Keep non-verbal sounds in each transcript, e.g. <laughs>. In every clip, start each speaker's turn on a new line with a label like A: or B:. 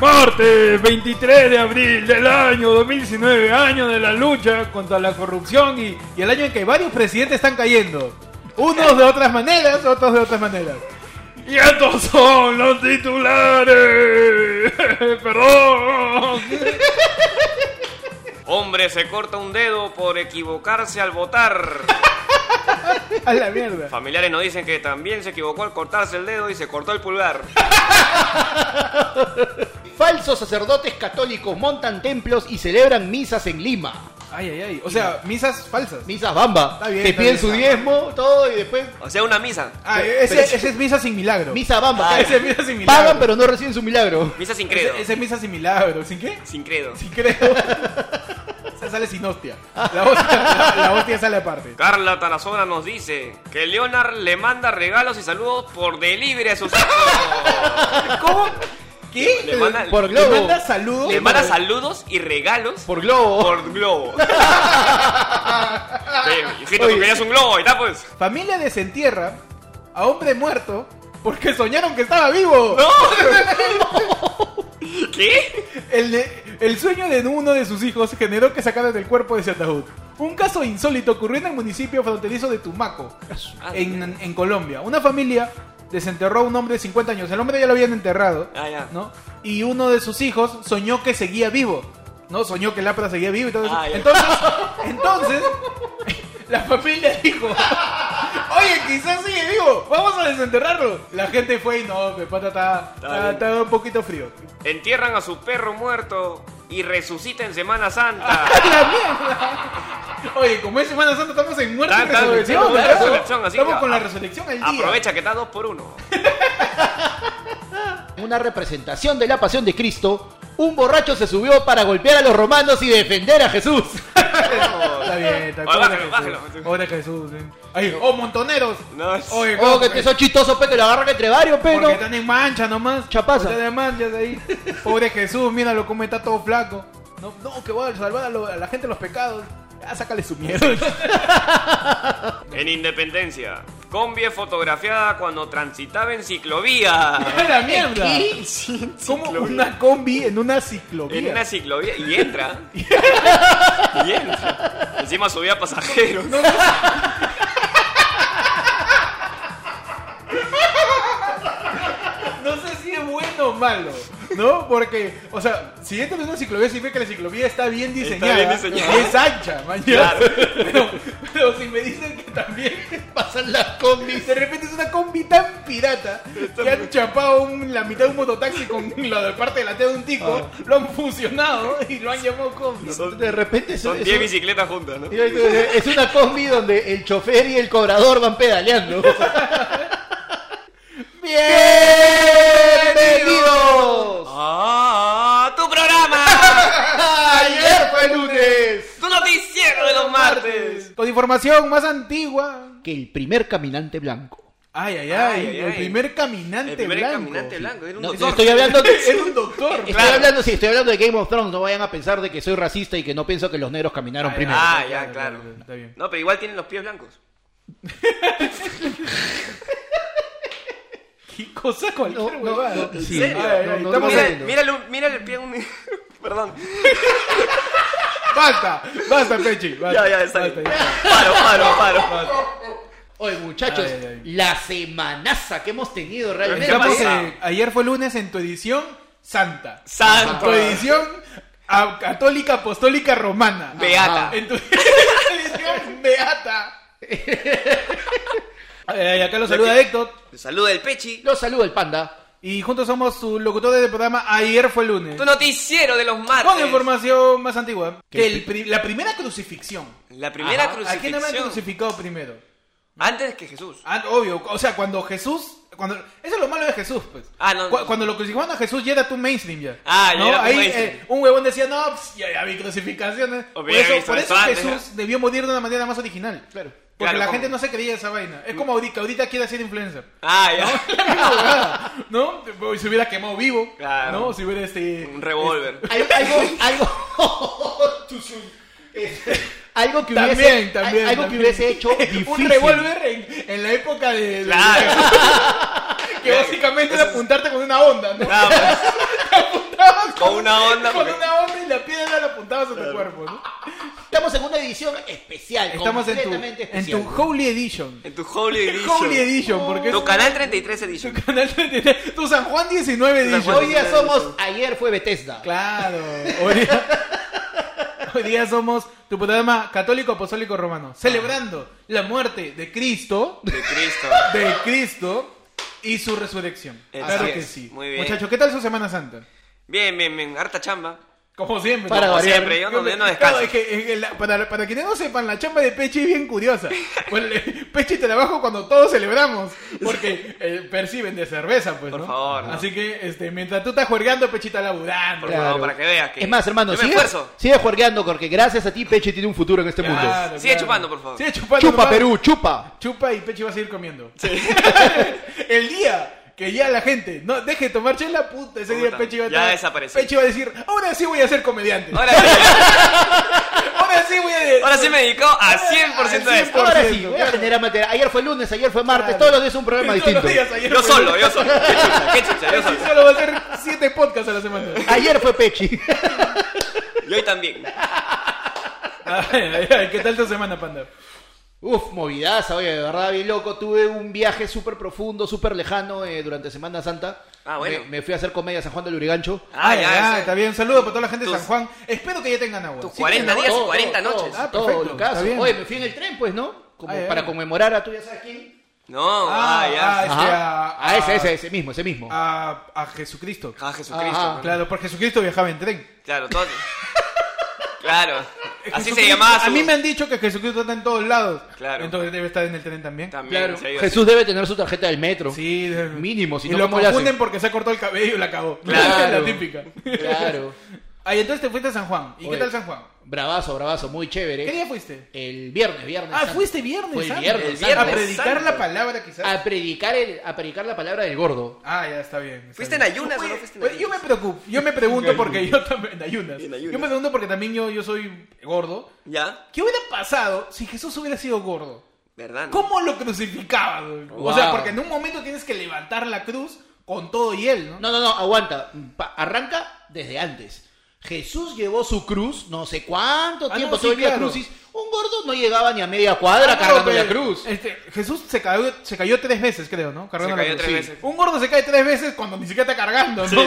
A: Martes 23 de abril del año 2019, año de la lucha contra la corrupción y, y el año en que varios presidentes están cayendo. Unos de otras maneras, otros de otras maneras. Y estos son los titulares. <laughs> Perdón.
B: Hombre se corta un dedo por equivocarse al votar.
A: <laughs> A la mierda.
B: Familiares nos dicen que también se equivocó al cortarse el dedo y se cortó el pulgar.
C: Falsos sacerdotes católicos montan templos y celebran misas en Lima.
A: Ay, ay, ay. O sea, misas falsas.
C: Misas bamba.
A: Está bien,
C: Te
A: está
C: piden
A: bien,
C: su
A: está
C: diezmo, todo y después
B: O sea, una misa.
A: Ah,
C: Pero-
A: ese,
C: pero-
A: ese es misa sin milagro.
C: misa bamba.
A: Ah,
C: claro.
A: ese es misa sin milagro.
C: Pagan pero no reciben su milagro.
B: Misa sin credo.
A: Ese, ese es misa sin milagro. ¿Sin qué?
B: Sin credo.
A: Sin <laughs> creo. O sea, sale sin hostia. La hostia, la- la hostia sale aparte.
B: Carla Tarazona nos dice que Leonard le manda regalos y saludos por delivery a sus hijos.
A: ¿Cómo? ¿Qué?
B: Le manda-
C: Por
A: Le
C: globo.
A: manda saludos.
B: Le manda saludos y regalos
C: Por globo.
A: <laughs>
B: por globo. Sí, hijito, tú
C: Oye.
B: querías un globo, ahí está pues.
A: Familia desentierra a hombre muerto porque soñaron que estaba vivo.
B: ¿Qué?
A: El, de- el sueño de uno de sus hijos generó que sacaran el cuerpo de ese ataúd. Un caso insólito ocurrió en el municipio fronterizo de Tumaco,
B: Ah,
A: en, en Colombia. Una familia desenterró a un hombre de 50 años. El hombre ya lo habían enterrado,
B: Ah, ya.
A: ¿no? Y uno de sus hijos soñó que seguía vivo. No, soñó que el Lapra seguía vivo y todo eso.
B: Ah, ya.
A: entonces, entonces, <laughs> la familia dijo, oye, quizás sigue vivo, vamos a desenterrarlo. La gente fue y no, mi pata está,
B: Está
A: está,
B: bien.
A: está un poquito frío.
B: Entierran a su perro muerto y resucita en Semana Santa.
A: la mierda. Oye, como es Semana Santa, estamos en muerte y
B: Está- está-
A: resurrección.
B: estamos en
A: ¿verdad?
B: resurrección, así
A: estamos
B: que
A: con la
B: a-
A: resurrección al día.
B: Aprovecha que está dos por uno.
A: <laughs>
C: Una representación de la pasión de Cristo. Un borracho se subió para golpear a los romanos y defender
A: <laughs>
C: a Jesús.
A: Está bien, está bien.
B: Oye,
A: Ahora
B: bájalo,
A: Jesús.
B: bájalo.
A: Ahora Jesús. eh. Ay, oh, montoneros.
B: No, es-
A: Oye,
C: Oh,
A: ¿cómo
C: que te sos chistoso, pe, te lo agarran entre varios, pe,
A: Porque
C: ¿no?
A: están en mancha nomás.
C: Chapaza.
A: Están en manchas ahí. Pobre Jesús, míralo cómo está todo flaco. No, no, que va a salvar a, lo- a la gente de los pecados. Ah, sácale su mierda.
B: <laughs> En Independencia. Combi es fotografiada cuando transitaba en ciclovía.
A: ¡A la mierda! Como
B: Ciclovía.
A: una combi en una ciclovía.
B: En una ciclovía.
A: <laughs>
B: Y entra. y entra. Encima subía pasajeros.
A: No sé si es bueno o malo, ¿no? Porque, o sea, si entras en una ciclovía, significa que la ciclovía está bien diseñada.
B: bien diseñada.
A: Y es ancha, mañana.
B: Claro.
A: <laughs> Pero, pero si me dicen que también <laughs>
C: Pasan las combis.
A: de repente es una combi tan pirata que han chapado un- la mitad de un mototaxi con la de parte delantera de un tico, lo han fusionado y lo han llamado combi.
B: Son
C: De repente es,
B: son
C: es
B: 10
C: un-
B: bicicletas juntas, ¿no?
C: es una combi donde el chofer y el cobrador
A: <laughs>
C: van pedaleando. ¡Bienvenidos!
B: ¡Ah! ¡Tu programa!
C: ¡Ayer fue lunes!
B: ¡Tu noticiero de los martes!
A: Con información más antigua.
C: Que el primer caminante blanco.
A: Ay, ay, ay.
B: Ay, ay,
A: el
B: ay.
A: primer caminante
B: El primer
A: blanco.
B: caminante blanco. Era un
C: No,
B: doctor.
C: estoy hablando de...
A: Era un doctor.
C: Estoy
B: Claro.
C: hablando, sí, estoy hablando de Game of Thrones. No vayan a pensar de que soy racista y que no pienso que los negros caminaron
A: Ay,
C: primero.
B: Ah,
A: Claro,
B: ya,
A: claro,
B: claro.
A: está bien.
B: No, pero igual tienen los pies blancos.
A: ¿Qué cosa cualquier
C: No, no,
A: huevada?
C: no, en
A: Sí.
C: serio,
A: Ay, ay,
C: no,
A: ay,
C: no,
A: estamos
C: no,
B: Mira,
A: en-
C: entiendo.
B: mírale un- mírale el pie a un. <laughs> Perdón.
A: Basta, basta, Pechi. basta,
B: Ya, ya, está
A: basta,
B: bien.
A: ya.
B: Paro, paro, paro.
C: Oye, muchachos,
A: Ay, ay, ay.
C: la semanaza que hemos tenido realmente.
A: Estamos,
B: pasa?
A: eh, ayer fue lunes en tu edición santa.
B: Santo.
A: Tu edición a- católica, apostólica, romana.
B: Beata.
A: En tu <laughs> edición beata. Eh, acá lo saluda Héctor.
B: Saluda el Pechi.
C: Los saluda el panda.
A: Y juntos somos sus locutores del este programa Ayer fue lunes.
B: Tu noticiero de los
A: Con
B: martes.
A: información más antigua.
C: ¿Qué?
A: El pri- la primera crucifixión.
B: La primera
A: ¿A quién habían
B: crucifixión.
A: crucificado primero?
B: Antes que Jesús.
A: Ah, obvio, o sea, cuando Jesús, cuando eso es lo malo de Jesús, pues.
B: Ah, no,
A: Cu-
B: no.
A: Cuando lo crucificaban a Jesús ya era tu mainstream ya.
B: Ah, ya
A: ¿No?
B: era tu
A: Ahí
B: mainstream.
A: eh, un huevón decía, "No, pues, ya, ya vi crucificaciones."
B: O
A: Por
B: bien,
A: eso,
B: visto
A: por
B: eso
A: eso
B: antes,
A: Jesús debió morir de una manera más original. Claro. Porque
B: Claro,
A: la
B: ¿cómo? Mm.
A: gente no se creía esa vaina. Es como ahorita, ahorita quiere ser influencer.
B: <laughs>
A: <laughs>
B: Ah, ya.
A: ¿No? Pues, Se hubiera quemado vivo.
B: Claro.
A: ¿No? Se hubiera este
B: Un revólver.
C: Algo, algo,
A: <laughs>
C: algo, Este, algo que hubiese,
A: También, también,
C: algo
A: también.
C: que hubiese
A: <laughs>
C: hecho
A: un
C: difícil.
A: revólver en, en la época de, de- <laughs>
B: Claro.
A: que básicamente era apuntarte con una onda, ¿no? <laughs>
B: Nada más.
A: apuntaba
B: Con una onda.
A: Con
B: porque-
A: una onda y la piedra la apuntabas a tu cuerpo, ¿no?
C: Estamos en una edición especial,
A: Estamos en tu,
C: completamente
A: en tu
C: especial.
A: Holy Edition.
B: En tu Holy Edition.
A: Holy Edition, porque es
B: Tu canal 33
A: tu <laughs>
B: Edition.
A: canal 33, tu San Juan 19
B: San
A: Edition.
B: Juan
C: Hoy día somos Ayer fue Bethesda.
A: Claro. Hoy día, hoy día somos tu programa católico apostólico romano, celebrando la muerte de Cristo,
B: De Cristo.
A: de Cristo y su resurrección.
B: Así
A: claro
B: es.
A: que sí.
B: Muy bien.
A: Muchachos, ¿qué tal su Semana Santa?
B: Bien, bien, bien. Harta chamba.
A: Como siempre.
C: Para
A: como
C: variar.
B: Siempre, yo no, yo no
A: Claro,
B: descanso.
A: es que- es que la- para, para quienes no sepan, la chamba de Pechi es bien
B: <laughs>
A: curiosa. Bueno, le- Pechi te la bajo cuando todos celebramos,
B: <laughs>
A: porque eh, perciben de cerveza, pues,
B: Por
A: ¿no?
B: favor, no.
A: Así que, este, mientras tú estás juergando, Pechi está laburando.
B: Por favor, para que veas que.
C: Es más, hermano,
B: yo me
C: sigue,
B: esfuerzo.
C: sigue juergueando porque gracias a ti Peche tiene un futuro en este mundo.
A: Claro,
B: Sigue
A: claro.
B: chupando, por favor.
A: Sigue chupando.
C: Chupa
A: nomás.
C: Perú, chupa.
A: Chupa y Pechi va a seguir comiendo. <laughs> El día que ya la gente no deje de tomar chela, puta, ese día
B: Puta,
A: Pechi va a
B: ya
A: estar-
B: desapareció.
A: Pechi va a decir, ahora sí voy a ser comediante.
B: Ahora sí,
A: Ahora sí voy a...
B: ahora sí me dedicó a 100% de esto.
C: Ahora sí,
A: 100%,
C: voy a
A: claro.
C: generar material. Ayer fue lunes, ayer fue martes,
A: Claro.
C: todos los días un programa
A: Todos los
C: distinto.
A: días, ayer
B: Yo
A: fue-
B: solo, yo solo. Qué chucha, qué chucha, yo
A: Pechi
B: solo.
A: solo va a hacer siete podcasts a la
B: <laughs>
A: semana.
C: Ayer
A: <laughs>
C: fue Pechi.
B: Y hoy también.
A: Ay, ay, ay, ¿Qué tal tu semana, Panda?
C: Uf, movidaza, oye, de verdad, bien loco. Tuve un viaje súper profundo, súper lejano eh, durante Semana Santa.
B: Ah, bueno.
C: Me, me fui a hacer comedia a San Juan del Urigancho.
B: Ah, ya, ese-
A: está bien. Un saludo para toda la gente de
B: tus-
A: San Juan. Espero que ya tengan agua.
B: tus
A: Sí,
B: 40
A: tengan
B: días
A: agua.
B: y 40
C: todo,
B: noches.
A: Ah,
C: Todo,
A: perfecto,
C: todo, locazo.
A: está bien.
C: Oye, me fui en el tren, pues, ¿no? Como
A: Ah, ya.
C: para conmemorar a tú, ya sabes quién.
B: No,
A: Ah,
B: ah, ya.
A: ah,
B: sí.
A: Este,
C: Ajá.
A: a- Ah,
C: a, ese,
A: a-
C: ese, ese mismo, ese mismo.
A: A, a Jesucristo.
B: Ah, Jesucristo.
C: Ajá.
B: man.
A: Claro, porque Jesucristo viajaba en tren. <laughs>
B: Claro, todo. claro. Así se
A: Jesucristo-
B: llamaba.
A: A
B: su-
A: mí me han dicho que Jesucristo está en todos lados.
B: Claro.
A: Entonces debe estar en el tren también.
B: También,
C: Claro.
B: se ha ido así.
C: Jesús debe tener su tarjeta del metro.
A: Sí, debe-
C: Mínimo, si
A: y
C: no,
A: lo
C: ¿cómo le hacen?
A: confunden porque se ha cortado el cabello y la cagó. <laughs>
C: Claro.
A: Es la típica.
C: Claro.
A: <laughs> Ay, entonces te fuiste a San Juan. ¿Y
C: Oye.
A: qué tal San Juan?
C: Bravazo, bravazo, muy
A: ¿Qué
C: chévere.
A: día fuiste?
C: El viernes, viernes.
A: Ah,
C: santo.
A: fuiste viernes.
C: Fue el
A: santo.
C: viernes, Ah,
B: El santo.
A: A predicar
B: Santo.
A: la palabra, quizás.
C: A predicar, el, a predicar la palabra del gordo.
A: Ah, ya está bien. está
B: ¿Fuiste en
A: bien.
B: ayunas o no
A: Oye,
B: fuiste en
A: oye,
B: ayunas?
A: Yo me preocupo, yo me pregunto porque yo también en ayunas.
B: En ayunas.
A: Yo me pregunto porque también yo, yo soy gordo.
B: Ya,
A: ¿Qué hubiera pasado si Jesús hubiera sido gordo?
B: ¿verdad? no?
A: ¿Cómo lo crucificaban?
C: Wow.
A: O sea, porque en un momento tienes que levantar la cruz con todo y él, ¿no?
C: No, no, no, aguanta. Pa- arranca desde antes. Jesús llevó su cruz, no sé cuánto
A: Ah, no,
C: tiempo,
A: sí,
C: todo el día
A: claro.
C: crucis. Un gordo no llegaba ni a media
A: Ah,
C: cuadra
A: No,
C: cargando
A: pero,
C: la cruz.
A: este, Jesús se cayó, se cayó tres veces, creo, ¿no? Cargando
B: Se
A: la
B: cayó
A: cruz.
B: tres
A: Sí.
B: veces.
A: Un gordo se cae tres veces cuando ni siquiera está cargando, ¿no?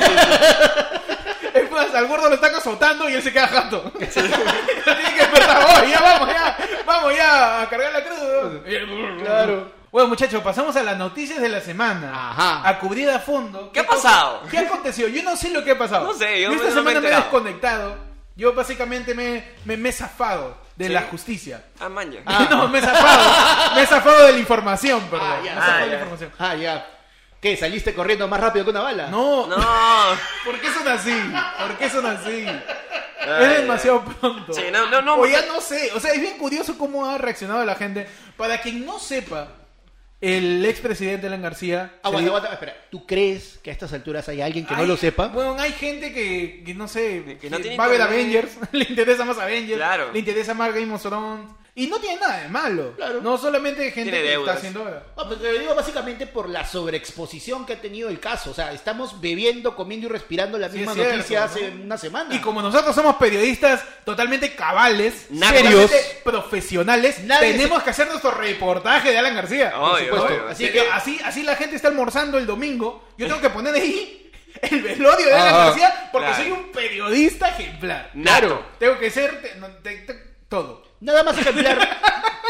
A: <laughs> Es más, al gordo lo están azotando y él se queda jato. <laughs> Tiene que despertar, "Oye, ya vamos, ya, vamos ya a cargar la cruz. ¿no?"
C: Claro.
A: Bueno, muchachos, pasamos a las noticias de la semana.
C: Ajá.
A: A cubrir a fondo.
B: ¿Qué ha
A: cosa-
B: pasado?
A: ¿Qué ha acontecido? Yo no sé lo que ha pasado.
B: No sé, yo
A: esta
B: no me he
A: semana me he
B: enterado.
A: desconectado. Yo básicamente me, me, me he zafado de
B: Sí.
A: la justicia.
B: Ah, man, ya.
A: <laughs> No, me he zafado. me he zafado de la información, perdón.
C: Ah, ya.
A: me he zafado
B: Ah,
A: de la
B: ya.
A: información.
C: Ah, ya. ¿Qué? ¿Saliste corriendo más rápido que una bala?
A: No,
B: No.
A: ¿por qué son así? ¿Por qué son así?
B: Ay,
A: es demasiado pronto.
B: Sí, no, no, no,
A: O ya
B: porque-
A: no sé. O sea, es bien curioso cómo ha reaccionado la gente. Para quien no sepa, el expresidente Alan García. se
B: Ah,
C: Aguanta,
A: dio-
C: aguanta, espera. ¿Tú crees que a estas alturas hay alguien que no
A: Ay,
C: lo sepa?
A: Bueno, hay gente que, que no sé,
B: Que no tiene
A: va a ver
B: internet.
A: Avengers, <laughs> le interesa más Avengers,
B: Claro.
A: le interesa más Game of Thrones. Y no tiene nada de malo.
C: Claro.
A: No solamente gente
B: Tiene
A: que
B: deudas.
A: está haciendo ahora.
C: Ah, pues te lo digo básicamente por la sobreexposición que ha tenido el caso. O sea, estamos bebiendo, comiendo y respirando la
A: Sí,
C: misma
A: es cierto,
C: noticia
A: ¿no?
C: hace una semana.
A: Y como nosotros somos periodistas totalmente cabales,
B: Nacos.
A: totalmente profesionales,
C: Nadie
A: tenemos que hacer nuestro reportaje de Alan García.
B: Obvio,
A: Por supuesto.
B: obvio.
A: Así que así, así la gente está almorzando el domingo. Yo tengo que poner ahí <laughs> el velorio de Alan
C: Ajá.
A: García porque
B: Claro.
A: soy un periodista ejemplar.
B: Claro.
A: Tengo que ser te- no, te- te- todo.
C: Nada más ejemplar,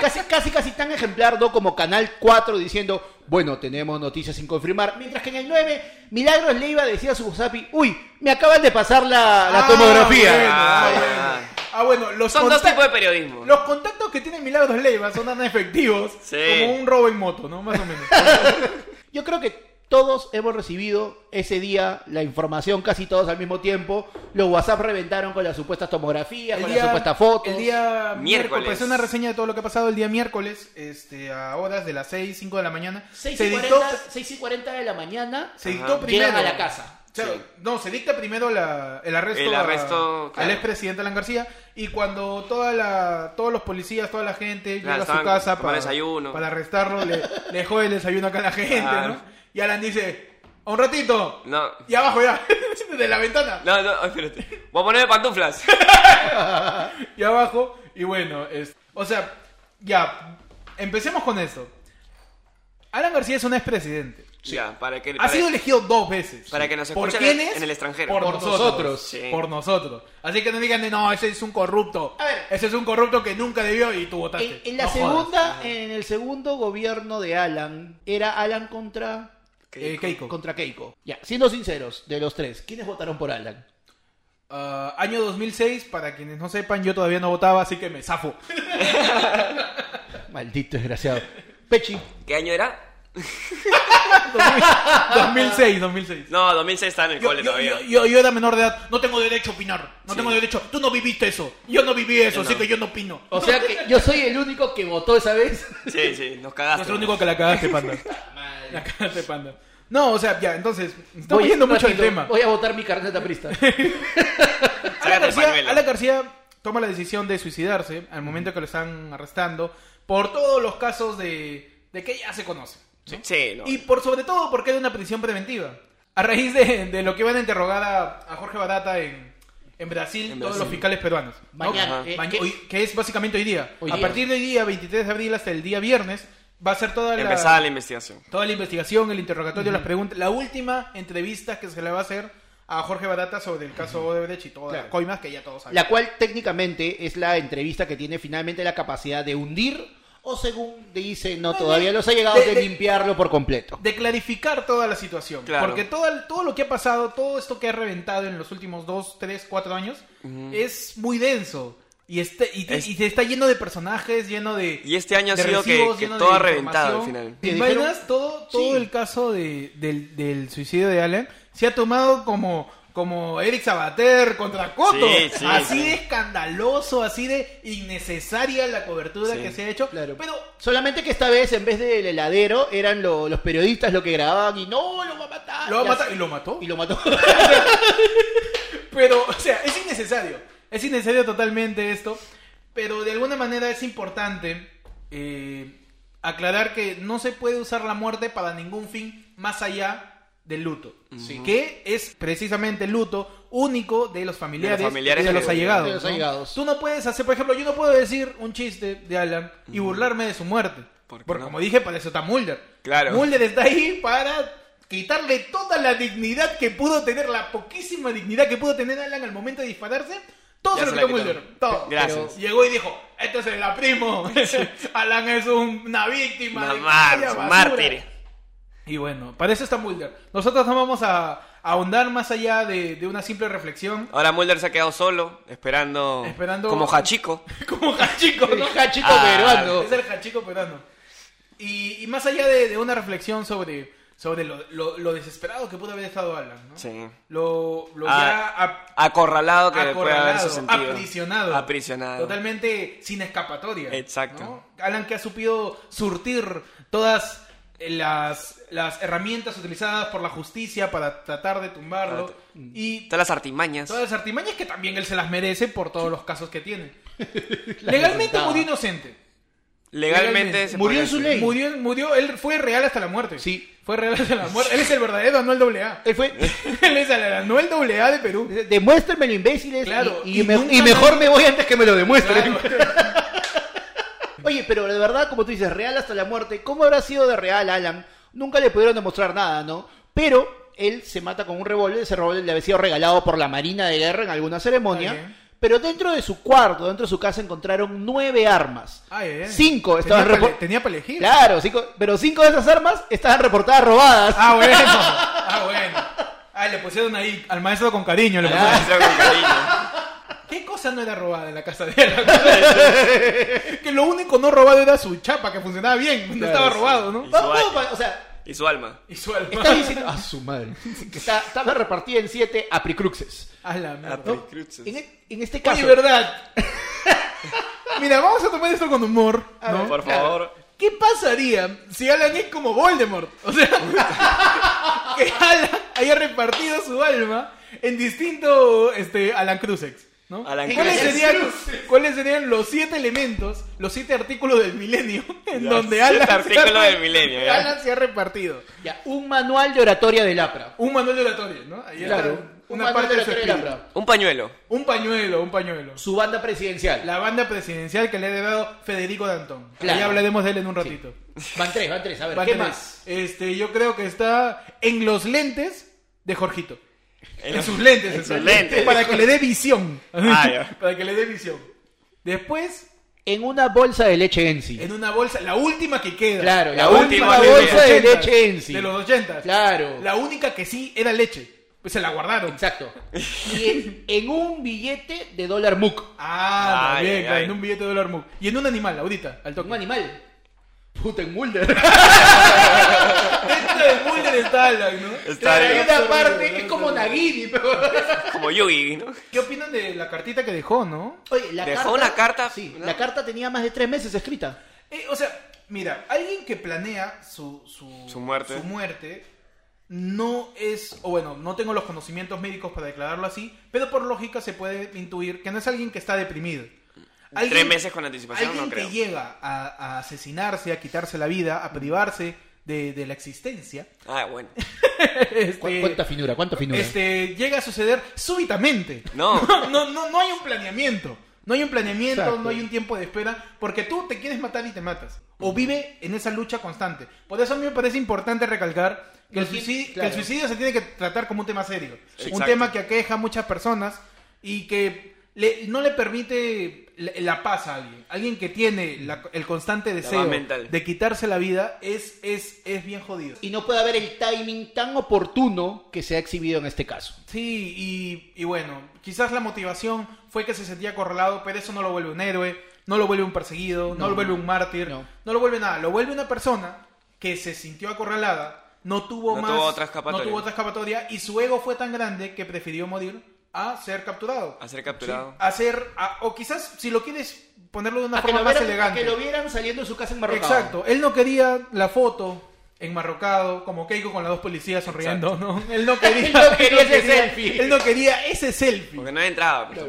C: casi, casi, casi tan ejemplar, ¿no? Como Canal 4 diciendo, bueno, tenemos noticias sin confirmar. Mientras que en el 9, Milagros le iba a decir a su Wasapi, uy, me acaban de pasar la, la
A: Ah,
C: tomografía.
A: bueno,
B: Ah,
A: ah,
B: ya.
A: bueno. Ah, bueno, los,
B: Son dos
A: contact-
B: tipos de periodismo.
A: los contactos que tiene Milagros Leiva son tan efectivos
B: Sí.
A: como un robo en moto, ¿no? Más o
B: <laughs>
A: menos.
C: Yo creo que todos hemos recibido ese día la información, casi todos al mismo tiempo. Los WhatsApp reventaron con las supuestas tomografías, con las supuestas fotos.
A: el día
B: Miércoles.
A: miércoles. Hice una reseña de todo lo que ha pasado el día miércoles, este, a horas de las 6, 5 de la mañana.
C: 6
A: se
C: y,
A: dictó,
C: 40, 6 y 40 de la mañana
A: se dictó
B: Ajá.
A: primero.
C: llegan a la casa.
A: O sea,
B: Sí.
A: No, se dicta primero la- el arresto,
B: El
A: a-
B: arresto,
A: al
B: claro.
A: expresidente Alan García y cuando toda la, todos los policías, toda la gente
B: Claro,
A: llega a su
B: Ah, estaban
A: casa
B: tomando desayuno.
A: para arrestarlo, le, le jode el desayuno acá a la gente,
B: Claro.
A: ¿no? Y Alan dice, A un ratito.
B: No.
A: Y abajo ya. <laughs> De la ventana.
B: No, no, espérate. Voy a ponerme pantuflas.
A: Y abajo. Y bueno, es. O sea, ya. Empecemos con esto. Alan García es un expresidente.
B: Ya, para que.
A: Ha
B: para-
A: sido elegido dos veces.
B: Para que nos
A: ¿Por
B: escuchen
A: quiénes?
B: en el extranjero.
A: Por,
C: Por
A: nosotros.
C: nosotros,
B: sí.
A: Por nosotros. Así que no digan, de, no, ese es un corrupto.
C: A ver.
A: Ese es un corrupto que nunca debió y tú votaste.
C: En, en la
A: No jodas.
C: segunda, en el segundo gobierno de Alan, era Alan contra
A: Eh, Keiko.
C: contra Keiko. Ya, siendo sinceros, de los tres, ¿quiénes votaron por Alan?
A: Ah, año 2006, para quienes no sepan, yo todavía no votaba, así que me zafo. <laughs>
C: Maldito <laughs> desgraciado. Pechi.
B: ¿Qué año era?
A: 2006, 2006.
B: No, 2006 está en el
A: Yo,
B: cole
A: yo-
B: todavía.
A: yo- yo- yo era menor de edad, no tengo derecho a opinar. No
B: Sí.
A: tengo derecho. Tú no viviste eso. Yo no viví eso,
B: Yo
A: así
B: no.
A: que yo no opino.
C: O sea que yo soy el único que votó esa vez.
B: Sí, sí, nos
A: Yo
B: cagaste.
A: soy el único que la cagaste, panda. la cagaste, panda. No, o sea, ya, entonces, estamos
C: Voy-
A: yendo mucho al
C: rápido,
A: tema.
C: Voy a votar mi carneta prista. <laughs>
A: Alan
B: Sácate el
A: García,
B: pañuelo.
A: Alan García toma la decisión de suicidarse al momento que lo están arrestando por todos los casos de, de que ya se conocen.
B: Sí, sí, no.
A: Y por sobre todo porque era una prisión preventiva. A raíz de, de lo que iban a interrogar a, a Jorge Barata en, en Brasil,
B: En
A: todos
B: Brasil.
A: los fiscales peruanos. ¿no?
C: Mañana,
B: Ajá.
C: eh,
A: Maña-
C: ¿qué?
A: hoy- que es básicamente hoy día.
C: Hoy
A: a
C: día.
A: partir de hoy día, 23 de abril hasta el día viernes, va a ser toda la,
B: Empezaba la investigación.
A: toda la investigación, el interrogatorio, las preguntas, la última entrevista que se le va a hacer a Jorge Barata sobre el caso Odebrecht y todas
C: Claro.
A: las coimas que ya todos saben.
C: La cual técnicamente es la entrevista que tiene finalmente la capacidad de hundir o según dice, no todavía los ha llegado
A: de-
C: de,
A: de-
C: limpiarlo por completo.
A: de clarificar toda la situación.
B: Claro.
A: Porque todo, el- todo lo que ha pasado, todo esto que ha reventado en los últimos 2, 3, 4 años, es muy denso. Y, este, y, te-
B: Es-
A: y te está lleno de personajes, lleno de...
B: Y este año ha
A: de
B: sido que-
A: recibos,
B: que
A: lleno
B: todo
A: de
B: ha reventado
A: información.
B: al final.
A: ¿Te imaginas todo, todo
C: Sí.
A: el caso de- del, del suicidio de Allen? Se ha tomado como, como Eric Sabater contra Cotto.
B: Sí, sí,
A: así
B: sí.
A: de escandaloso, así de innecesaria la cobertura
B: Sí.
A: que se ha hecho.
C: Claro.
A: Pero
C: Solamente que esta vez en vez del heladero eran lo- los periodistas los que grababan y no, lo va a matar.
A: lo va a
C: Ah, Ya
A: matar-
C: sé.
A: y lo mató.
C: Y
A: <laughs>
C: lo mató. <laughs>
A: Pero, o sea, es innecesario. Es innecesario totalmente esto. Pero de alguna manera es importante eh, aclarar que no se puede usar la muerte para ningún fin más allá del luto. Que es precisamente el luto único de los familiares,
B: De los familiares
A: y de
B: que-
A: los allegados.
C: de los
A: ¿no?
C: allegados.
A: Tú no puedes hacer, por ejemplo, yo no puedo decir un chiste de Alan y burlarme de su muerte.
B: ¿Por qué
A: Porque
B: no?
A: como dije, para eso está Mulder.
B: Claro.
A: Mulder está ahí para quitarle toda la dignidad que pudo tener, la poquísima dignidad que pudo tener Alan al momento de dispararse. Todo se
B: Ya
A: lo
B: se
A: quitó
B: la quitó.
A: Mulder. Todo.
B: Gracias.
A: Pero llegó y dijo, esto es el aprimo. <laughs> Alan es un- una víctima.
B: Una
A: de
B: mar-
A: aquella basura".
B: mártir.
A: Y bueno, para eso está Mulder. Nosotros no vamos a, a ahondar más allá de, de una simple reflexión. <laughs>
B: Ahora Mulder se ha quedado solo, esperando.
A: Esperando-
B: Como Hachico.
A: Como Hachico,
C: El
A: ¿no?
C: hachico
B: Ah,
C: peruano.
A: Es el Hachico peruano. Y, y más allá de, de una reflexión sobre, sobre lo, lo- lo desesperado que pudo haber estado Alan, ¿no?
B: Sí.
A: Lo, lo
B: Ah,
A: ya ap-
B: Acorralado que puede haber su
A: acorralado,
B: sentido.
A: aprisionado.
B: Aprisionado.
A: Totalmente sin escapatoria.
B: Exacto.
A: ¿no? Alan que ha supido surtir todas eh, las, las herramientas utilizadas por la justicia para tratar de tumbarlo. Y
B: Todas las artimañas.
A: todas las artimañas que también él se las merece por todos los casos que
B: <laughs>
A: tiene. Legalmente
C: presentaba.
A: murió inocente. legalmente.
B: Legalmente. se
C: Murió
B: podría
C: en su
B: decir.
C: ley.
A: Murió, murió, él fue real hasta la muerte.
C: Sí.
A: Fue real hasta la muerte. Él es el verdadero Anuel
C: <laughs>
A: AA.
C: Él fue, "Eh,
A: Él es el Anuel AA de Perú.
C: demuéstrenmelo imbéciles
A: Claro,
C: y, y
A: y
C: me-
A: nunca
C: y mejor
A: nadie-
C: me voy antes que me lo demuestren.
A: Claro.
C: <laughs> Oye, pero de verdad, como tú dices, real hasta la muerte, ¿cómo habrá sido de real Alan? Nunca le pudieron demostrar nada, ¿no? Pero él se mata con un revólver, ese revólver le había sido regalado por la Marina de Guerra en alguna ceremonia.
A: Está bien.
C: Pero dentro de su cuarto, dentro de su casa, encontraron nueve armas.
A: Ay, ay, ay.
C: Cinco
A: Ah, eh. tenía
C: estaban
A: para,
C: repo-
A: tenía para elegir.
C: Claro, cinco, pero cinco de esas armas estaban reportadas robadas.
A: Ah, bueno. Ah, bueno. Ah, le pusieron ahí al maestro con cariño. le pusieron.
B: Muestra Ah, con cariño.
A: ¿Qué cosa no era robada en la casa de él? <laughs> que lo único no robado era su chapa, que funcionaba bien. No
C: Claro,
A: estaba
C: sí.
A: robado, ¿no?
B: Y su
C: Vamos, vamos,
B: alma.
C: o sea,
B: Y su alma.
A: Y su alma.
C: está
A: <laughs>
C: diciendo... A su madre. Está, estaba repartida en siete apricruxes.
A: A la mierda.
B: Apri-
C: En, e- en este
A: Oye,
C: caso...
A: verdad. <laughs> Mira, vamos a tomar esto con humor. ¿no?
B: Por favor.
A: ¿Qué pasaría si Alan es como Voldemort? O
B: <laughs>
A: sea, que Alan haya repartido su alma en distinto este, Alan Cruzex. ¿no?
B: Alan
A: ¿Cuáles,
B: Cruz.
A: serían, cuáles serían los siete elementos, los siete artículos del milenio <laughs> en
B: Los
A: <laughs> donde
B: siete
A: Alan,
B: artículos
A: ha-
B: del Este milenio, ya.
A: Alan se ha repartido?
C: Ya, un manual de oratoria del APRA.
A: Un manual de oratoria, ¿no? Ahí está
C: un
A: una
C: manual
A: parte
C: de
A: de su
C: oratoria del
A: espíritu.
C: APRA.
B: Un pañuelo.
A: Un pañuelo, un pañuelo.
C: Su banda presidencial.
A: La banda presidencial que le ha heredado Federico Dantón.
C: Claro.
A: Ya hablaremos de él en un ratito.
C: Van tres, van tres. A ver,
A: Va
C: ¿qué
A: tres.
C: más?
A: Este, yo creo que está en los lentes de Jorgito.
B: En
A: En,
B: los-
A: sus lentes.
B: en
A: o
B: sus
A: sea,
B: lentes.
A: Para que le dé visión.
B: Ah, ya.
A: <laughs> Para que le dé visión. Después,
C: En una bolsa de leche en sí.
A: en una bolsa, la última que queda.
C: Claro,
B: la
C: la, última,
B: última
C: bolsa de
A: los 80s,
C: leche en sí.
A: De los 80.
C: Claro.
A: La única que sí era leche. Pues se la guardaron. <laughs>
C: Exacto. Y en, en un billete de dólar MUC.
A: Ah,
B: Ay,
A: bien,
B: ay,
A: claro,
B: ay.
A: en un billete de dólar mu. Y en un animal, ahorita, al toque.
C: Un animal. Puta, en <laughs> Mulder.
A: Dentro de Mulder está Alan, ¿no?
B: Está Alan.
C: Hay
B: bien.
C: una parte que es como Nagini. pero-
B: Como Yugi, ¿no?
A: ¿Qué opinan de la cartita que dejó, no?
C: Oye, la
B: Dejó una carta,
C: Sí,
B: ¿no?
C: la carta tenía más de tres meses escrita.
A: Eh, o sea, mira, alguien que planea su, su,
B: Su muerte.
A: su muerte no es, o bueno, no tengo los conocimientos médicos para declararlo así, pero por lógica se puede intuir que no es alguien que está deprimido.
B: Tres meses con anticipación,
A: alguien
B: no creo.
A: que llega a, a asesinarse, a quitarse la vida, a privarse de, de la existencia,
B: Ah, bueno.
A: este,
C: ¿Cu- ¿Cuánta finura? ¿Cuánta finura?
A: este, llega a suceder súbitamente.
B: No.
A: <laughs> no, no, no hay un planeamiento. No hay un planeamiento,
C: Exacto.
A: no hay un tiempo de espera, porque tú te quieres matar y te matas. O vive en esa lucha constante. Por eso a mí me parece importante recalcar que, el,
C: Sí,
A: suicid- que el suicidio,
C: claro.
A: se tiene que tratar como un tema serio.
B: Sí.
A: Un
B: Exacto.
A: tema que aqueja a muchas personas y que le- no le permite la, la paz a alguien. Alguien que tiene la- el constante deseo
B: mental.
A: de quitarse la vida es, es, es bien jodido.
C: Y no puede haber el timing tan oportuno que se ha exhibido en este caso.
A: Sí, y, y bueno, quizás la motivación fue que se sentía acorralado, pero eso no lo vuelve un héroe, no lo vuelve un perseguido, no,
C: No,
A: lo vuelve un mártir,
C: no.
A: no. lo vuelve nada, lo vuelve una persona que se sintió acorralada, no tuvo
B: No
A: más,
B: tuvo otra escapatoria.
A: no tuvo otra escapatoria, y su ego fue tan grande que prefirió morir a ser capturado.
B: A ser capturado.
A: Sí, a ser, a- o quizás si lo quieres ponerlo de una
C: A que,
A: forma
C: lo
A: más
C: vieran, a
A: elegante.
C: que lo vieran saliendo de su casa en Marruecos.
A: Exacto, él no quería la foto enmarrocado, como Keiko con las dos policías sonriendo, ¿no? Él no
C: <laughs>
A: quería,
C: Él no quería
A: <laughs> él no
C: ese
A: quería-
C: selfie.
A: Él no quería ese selfie.
B: Porque no
A: <laughs>
B: he entrado. pues.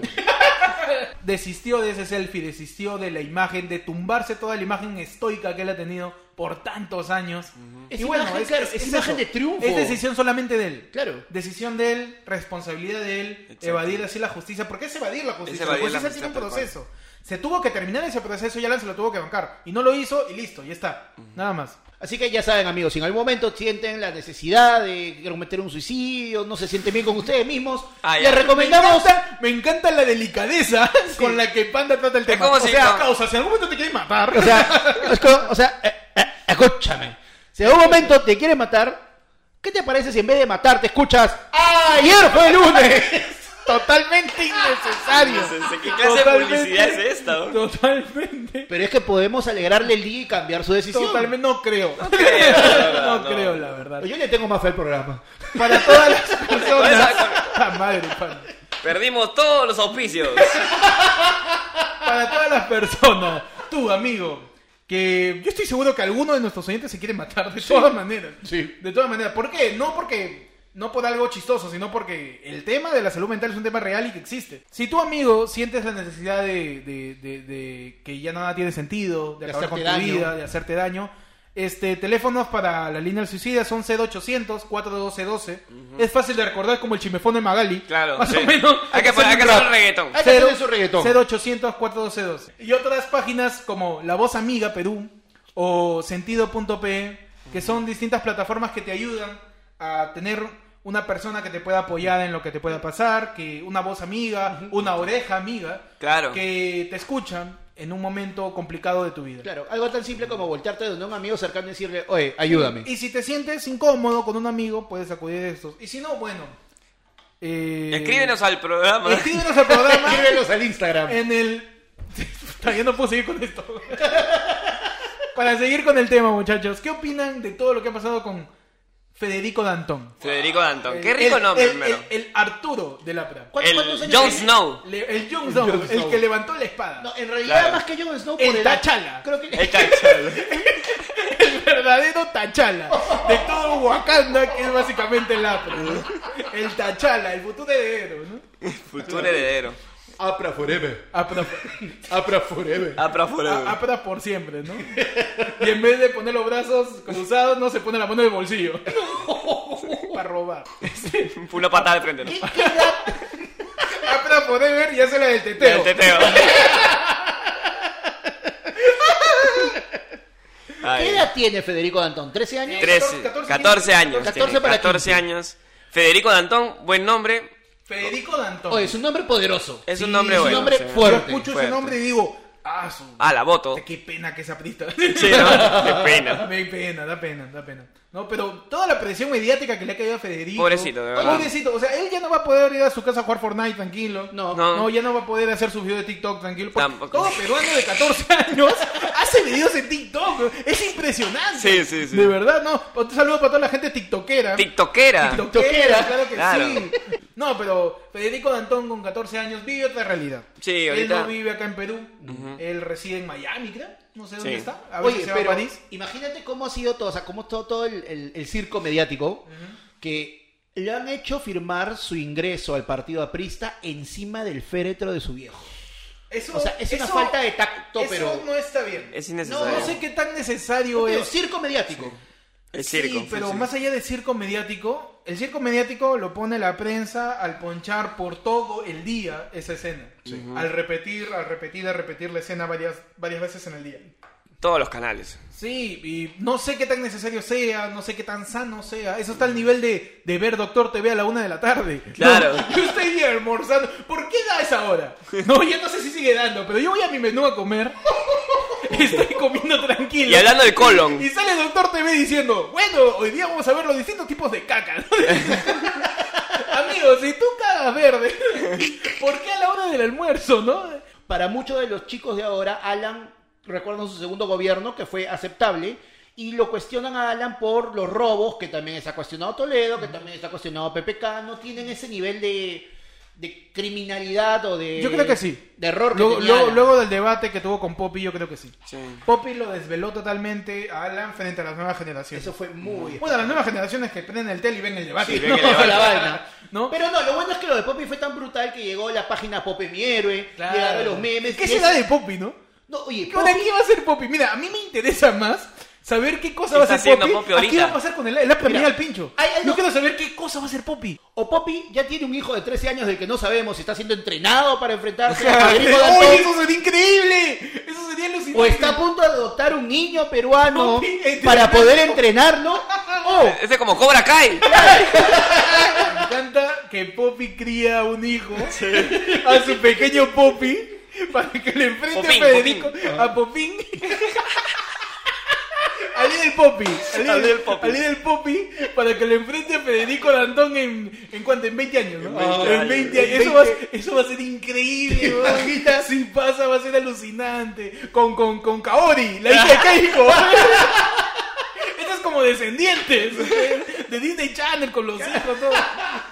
A: Desistió de ese selfie, desistió de la imagen, de tumbarse toda la imagen estoica que él ha tenido por tantos años.
C: Es imagen, claro, es imagen de triunfo.
A: Es decisión solamente de él.
C: Claro.
A: Decisión de él, responsabilidad de él,
B: Exacto.
A: evadir así la justicia. Porque es evadir la justicia.
B: evadir la
A: la justicia
B: justicia
A: tiene un
B: tal cual.
A: proceso. Se tuvo que terminar ese proceso y Alan se lo tuvo que bancar. Y no lo hizo y listo, ya está. Nada más.
C: Así que ya saben, amigos, si en algún momento sienten la necesidad de cometer un suicidio, no se sienten bien con ustedes mismos,
B: Ah, ya.
C: les recomendamos.
A: Me encanta, me encanta la delicadeza con la que Panda trata el tema.
B: como
A: o
B: si-
A: sea,
B: no.
A: causa, si en algún momento te quieren matar.
C: O sea, es co- o sea eh, eh, escúchame. Si en algún momento te quieres matar, ¿qué te parece si en vez de matar te escuchas ¡Ayer fue <laughs> lunes!
A: totalmente innecesario.
B: ¿Qué clase de publicidad es esta?
A: <laughs>
B: bro?
A: Totalmente.
C: Pero es que podemos alegrarle el día y cambiar su decisión.
A: Totalmente no creo. No
B: creo,
A: <laughs>
B: la verdad, no.
A: creo, la verdad.
C: Yo le tengo más fe al programa.
A: Para todas las personas.
B: Esa-
A: La madre, Panda.
B: Perdimos todos los auspicios.
A: Para todas las personas, tú, amigo, que yo estoy seguro que alguno de nuestros oyentes se quiere matar de todas maneras.
C: Sí.
A: De todas maneras. ¿Por qué? No porque. No por algo chistoso, sino porque el tema de la salud mental es un tema real y que existe. Si tu amigo sientes la necesidad de, de- de- de que ya nada tiene sentido, de,
C: De
A: acabar con tu
C: hacerte daño.
A: vida, de hacerte daño, este teléfonos para la línea del suicida son 0800 412 12. Es fácil de recordar como el chimefón de Magali.
B: Claro.
A: Más
B: sí.
A: o menos.
B: Hay
A: <laughs>
B: que
A: hacer
B: hacer
A: un
B: hay que
A: rap.
B: hacer un reggaetón.
C: Hay que
A: Cero-
C: hacer su reggaetón.
A: 0800 412 Y otras páginas como La Voz Amiga Perú o Sentido.pe, que son distintas plataformas que te ayudan a tener una persona que te pueda apoyar en lo que te pueda pasar, que una voz amiga, una oreja amiga,
B: Claro.
A: que te escuchan en un momento complicado de tu vida.
C: Claro, algo tan simple como voltearte donde un amigo cercano y decirle, oye, ayúdame.
A: Y si te sientes incómodo con un amigo, puedes acudir a estos. Y si no, bueno. eh,
B: Escríbenos al programa.
A: escríbenos al
B: <laughs>
A: programa.
C: Escríbelos al Instagram.
A: en el. <laughs> Todavía no puedo seguir con esto. <laughs> Para seguir con el tema, muchachos, ¿qué opinan de todo lo que ha pasado con Federico Dantón?
B: Federico Danton. Qué
A: El-
B: rico
A: el-
B: nombre,
A: el,
B: hermano.
A: el- el Arturo de la Pra.
C: ¿Cuántos- cuántos
B: El
C: años
B: Jon
A: <laughs>
C: tiene?
B: Snow.
A: Le- el Jon Snow,
C: Jon Snow.
A: el que levantó la espada.
C: No, en realidad
B: Claro.
C: más que Jon Snow
A: El
C: edad,
A: T'Challa.
C: Creo que
B: El cachalo.
A: El verdadero Tachala de todo Wakanda, que es
C: <laughs>
A: básicamente el Apra. El Tachala, el futuro heredero, ¿no? Ah,
B: Futuro heredero.
C: Apra forever.
A: Apra,
C: Apra forever.
B: Apra
A: a-
B: forever.
A: apra por siempre, ¿no? Y en vez de poner los brazos cruzados, no se pone la mano en el bolsillo. Para robar.
B: Fue una patada de frente, ¿no?
A: Apra forever y hace la del teteo.
B: El teteo. Ay.
C: ¿Qué edad tiene Federico Dantón? ¿13 años?
A: Tres.
B: 13,
A: 14,
B: 14 años.
C: 14
B: tiene,
C: para
B: 14
C: 15.
B: años. Federico Dantón, buen nombre.
A: Federico Dantón.
C: Oye, es un nombre poderoso.
B: Es un nombre
C: es
B: bueno,
C: un nombre
B: sí.
A: Yo
C: fuerte.
A: escucho ese
B: fuerte.
A: nombre y digo, ah, su...
B: Ah, la voto.
A: Qué pena que esa <laughs> prista.
B: Sí, ¿no? <laughs> Qué
A: Da
B: pena.
A: pena, da pena, da pena. No, pero toda la presión mediática que le ha caído a Federico.
B: Pobrecito, de verdad.
A: Pobrecito, o sea, él ya no va a poder ir a su casa a jugar Fortnite tranquilo.
C: No.
A: no,
B: No.
A: ya no va a poder hacer sus videos de TikTok tranquilo. porque
B: Tampoco.
A: Todo peruano de 14 <laughs> años hace videos en TikTok. Es impresionante.
B: Sí, sí, sí.
A: De verdad, no. Pues, Un saludo para toda la gente tiktokera.
B: TikTokera.
A: Tiktokera, claro que
B: Claro.
A: sí. No, pero Federico Dantón con 14 años vive otra realidad.
B: Sí,
A: Él
B: ahorita-
A: no vive acá en Perú. Él reside en Miami, creo. No sé dónde
B: Sí.
A: está. A veces
C: Oye,
A: se va
C: pero
A: a París.
C: imagínate cómo ha sido todo, o sea, cómo todo, todo el, el- el circo mediático que le han hecho firmar su ingreso al partido aprista encima del féretro de su viejo.
A: Eso,
C: O sea, es una
A: eso-
C: falta de tacto,
A: eso
C: pero...
A: no está bien.
B: Es
A: no,
B: innecesario.
A: no sé qué tan necesario
C: Pero
A: es.
C: circo mediático.
B: El circo.
A: Sí, pero más allá del circo mediático, el circo mediático lo pone la prensa al ponchar por todo el día esa escena. Al repetir, al repetir, al repetir la escena varias, varias veces en el día.
B: Todos los canales.
A: Sí, y no sé qué tan necesario sea, no sé qué tan sano sea. Eso está al nivel de, de ver Doctor TV a la una de la tarde. <laughs>
B: Claro.
A: No, yo estoy ahí almorzando. ¿Por qué da esa hora? No, ya no sé si sigue dando, pero yo voy a mi menú a comer. <laughs> Estoy comiendo tranquilo.
B: Y hablando de colon.
A: Y sale Doctor TV diciendo, bueno, hoy día vamos a ver los distintos tipos de caca. <laughs> Amigos, si tú cagas verde, <laughs> ¿por qué a la hora del almuerzo, no?
C: Para muchos de los chicos de ahora, Alan, recuerdan su segundo gobierno, que fue aceptable, y lo cuestionan a Alan por los robos, que también está cuestionado Toledo, que también está cuestionado PPK, no tienen ese nivel de, de criminalidad o de...
A: Yo creo que sí.
C: De error. que
A: Luego,
C: tenía
A: luego-
C: Alan.
A: luego del debate que tuvo con Poppy, yo creo que sí.
B: Sí.
A: Poppy lo desveló totalmente a Alan frente a las nuevas generaciones.
C: Eso fue muy... <laughs>
A: Bueno, las nuevas generaciones que prenden el tele y ven el debate.
B: Sí,
A: ¿no? <laughs>
B: ven el debate.
C: la vaina.
A: ¿No?
C: Pero no, lo bueno es que lo de Poppy fue tan brutal que llegó la página Pope mi héroe,
A: Claro.
C: llegaron los memes.
A: ¿Qué
C: y
A: será
C: es-
A: de Poppy, no?
C: No, oye,
A: ¿Qué-
C: Poppy-
A: ¿Para qué va a ser Poppy? Mira, a mí me interesa más saber qué cosa
B: ¿Qué
A: va a
B: está
A: hacer
B: haciendo
A: Poppy.
B: Poppy
A: ¿A ¿Qué
B: ahorita?
A: va a pasar con el, el
C: Mira,
A: al pincho?
C: hay- hay
A: Yo
C: dos-
A: quiero saber qué cosa va a hacer Poppy.
C: <laughs> O Poppy ya tiene un hijo de 13 años del que no sabemos si está siendo entrenado para enfrentarse a Federico Dantón,
A: ¡Oye, eso sería increíble! Eso sería alucinante.
C: o está a punto de adoptar un niño peruano
A: Poppy, entrenando.
C: para poder entrenarlo. Oh, O
B: Este es como Cobra Kai.
A: <laughs> Me encanta que Poppy cría un hijo a su pequeño Poppy para que le enfrente
B: Popín,
A: a Federico, a Popín. A Little Poppy, a Little,
B: Little Poppy.
A: a Little Poppy, para que le enfrente a Federico Landón en, en cuánto, en 20 años, ¿no?
B: En 20
A: En 20 años. Eso va, a ser- eso va a ser increíble, weón. Si pasa va a ser alucinante. Con, con, con Kaori, la hija de Keiko. Esto es como descendientes de Disney Channel con los hijos, todo.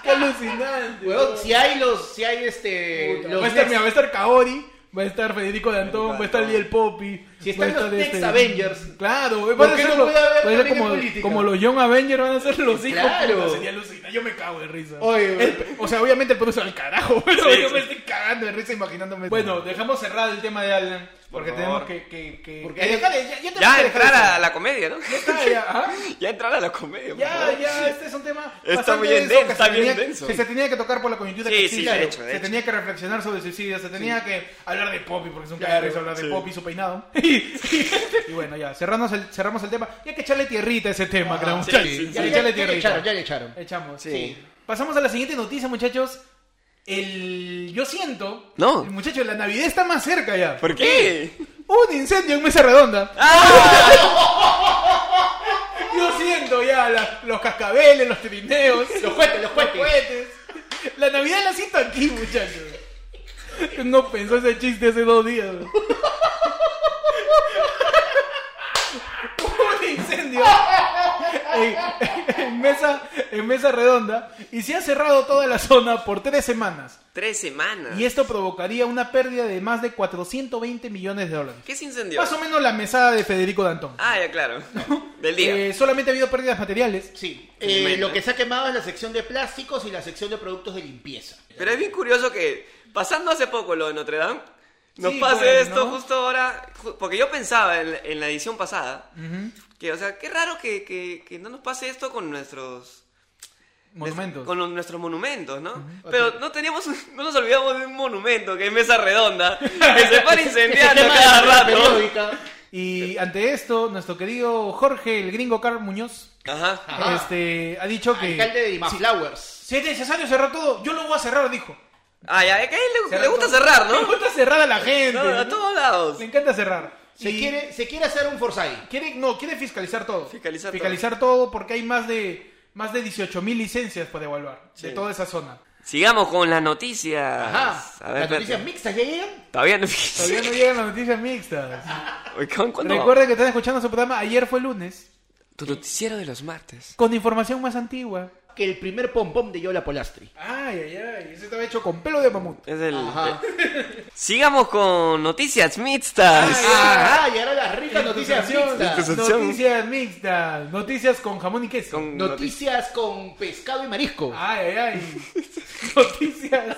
A: Qué alucinante.
C: weón, si hay los, si hay este, los
A: va, a estar,
C: Next-
A: mira, va a estar Kaori, va a estar Federico de Antón, va a estar Liel Poppy.
C: Si
A: va a
C: están los
A: estar este,
C: Tex Avengers.
A: Claro,
C: ¿Por
A: van a
C: qué
A: ser,
C: no
A: los-
C: puede
A: van a
C: haber
A: ser
C: política
A: como,
C: política?
A: como los Young Avengers, van a ser los hijos.
C: Claro.
A: puta, sería alucinante. Yo me cago de risa.
C: Oye,
A: El- o sea, obviamente el Perú se va al carajo, <laughs> pero
B: Sí,
A: yo
B: sí.
A: me estoy cagando de risa imaginándome. Bueno, dejamos cerrado el tema de Alan. Porque
B: Por
A: tenemos
B: favor.
A: que. que, que-
C: Porque
A: Ya,
C: hay-
A: dejar- ya, ya tenemos
B: Ya
A: que
B: entrar
A: dejar
B: a la comedia, ¿no? <laughs>
A: esto. Ya está, ya, ajá.
B: Ya entrar a la comedia. por
A: Ya,
B: favor.
A: ya, este es un tema.
B: Está
A: bastante
B: bien denso,
A: que
B: está
A: se
B: bien
A: tenía-
B: denso.
A: Que se tenía que tocar por la coyuntura
B: Sí,
A: que
B: sí,
A: existe.
B: de hecho,
A: se
B: de hecho.
A: tenía que reflexionar sobre el suicidio, se tenía que hablar de Poppy, porque es un
C: Claro,
A: cagado de risa hablar de
B: sí.
A: Poppy, su peinado. <laughs> y bueno, ya, cerramos el, cerramos el tema. Ya que echarle tierrita a ese tema, creo,
C: sí,
A: muchachos.
B: Ah, sí,
A: Ya, Eh, echarle
C: ya, ya le echaron,
A: tierrita.
C: ya le echaron.
A: Echamos.
B: Sí.
A: sí. Pasamos a la siguiente noticia, muchachos. El. Yo siento.
B: No.
A: El muchacho, la Navidad está más cerca ya.
B: ¿Por qué?
A: Un incendio en Mesa Redonda.
B: ¡Ah!
C: Ah.
A: Yo siento ya la- los cascabeles, los trineos, los
C: cohetes, los cohetes.
A: cohetes. La Navidad la siento aquí, muchachos. No pensó ese chiste hace dos días. güey. Un incendio en, en mesa, en mesa redonda y se ha cerrado toda la zona por tres semanas.
B: Tres semanas.
A: Y esto provocaría una pérdida de más de 420 millones de dólares.
B: ¿Qué se incendió?
A: Más o menos la mesada de Federico Dantón.
B: Ah,
A: <laughs>
B: ya claro. Del día.
A: Eh, solamente ha habido pérdidas materiales.
C: Sí,
B: Tremendo,
C: eh, lo
B: ¿eh?
C: que se ha quemado es la sección de plásticos y la sección de productos de limpieza.
B: Pero es bien curioso que, pasando hace poco lo de Notre Dame, nos
A: Sí,
B: pase
A: bueno,
B: esto
A: ¿no?
B: justo ahora. ju- Porque yo pensaba en, la- en la edición pasada que, o sea, qué raro que, que- que no nos pase esto con nuestros.
A: Monumentos.
B: Con los- nuestros monumentos, ¿no? Pero no teníamos, no nos olvidamos de un monumento que es mesa redonda, <laughs> que se
C: <laughs>
B: para incendiando
C: Ese tema
B: cada
C: de la
B: rato.
C: periódica.
A: Y ante esto, nuestro querido Jorge, el gringo Carl Muñoz,
B: Ajá.
C: Ajá.
A: este, ha dicho que...
C: Alcalde de Imaflowers.
A: Si es necesario cerrar todo, yo lo voy a cerrar, dijo.
B: Ah, ya, es que a él le- le,
A: Cerrar
B: gusta
A: todo.
B: cerrar,
C: <laughs>
A: Le
B: ¿no?
A: gusta cerrar a la gente.
B: No, a
A: ¿no?
B: todos lados.
A: Le encanta cerrar.
C: Se,
A: Y
C: quiere, se quiere hacer un Forsyth.
A: quiere- no, quiere fiscalizar todo.
B: Fiscalizar todo.
A: todo. porque hay más de, más de 18 mil licencias para evaluar de
B: Sí.
A: toda esa zona.
B: Sigamos con las noticias.
C: Ajá.
B: A ver,
C: Las noticias
B: espérate.
C: mixtas ya llegan.
B: Todavía no.
A: Todavía no llegan las noticias mixtas.
B: <laughs> Oye, ¿cu- ¿Cuándo?
A: Recuerden que están escuchando su programa ayer fue lunes,
B: Tu noticiero de los martes.
A: con información más antigua.
C: Que el primer pompón de Yola Polastri.
A: Ay, ay, ay, ese estaba hecho con pelo de mamut.
B: Es el.
C: Ajá.
B: Sigamos con noticias
C: Ah,
B: <laughs> mixtas.
C: Ajá, llegaron las ricas noticias
A: Información,
C: mixtas.
B: Institución.
A: Noticias mixtas, noticias con jamón y queso.
B: Con noticias.
C: Noticias con pescado y marisco.
A: Ay, ay, ay. noticias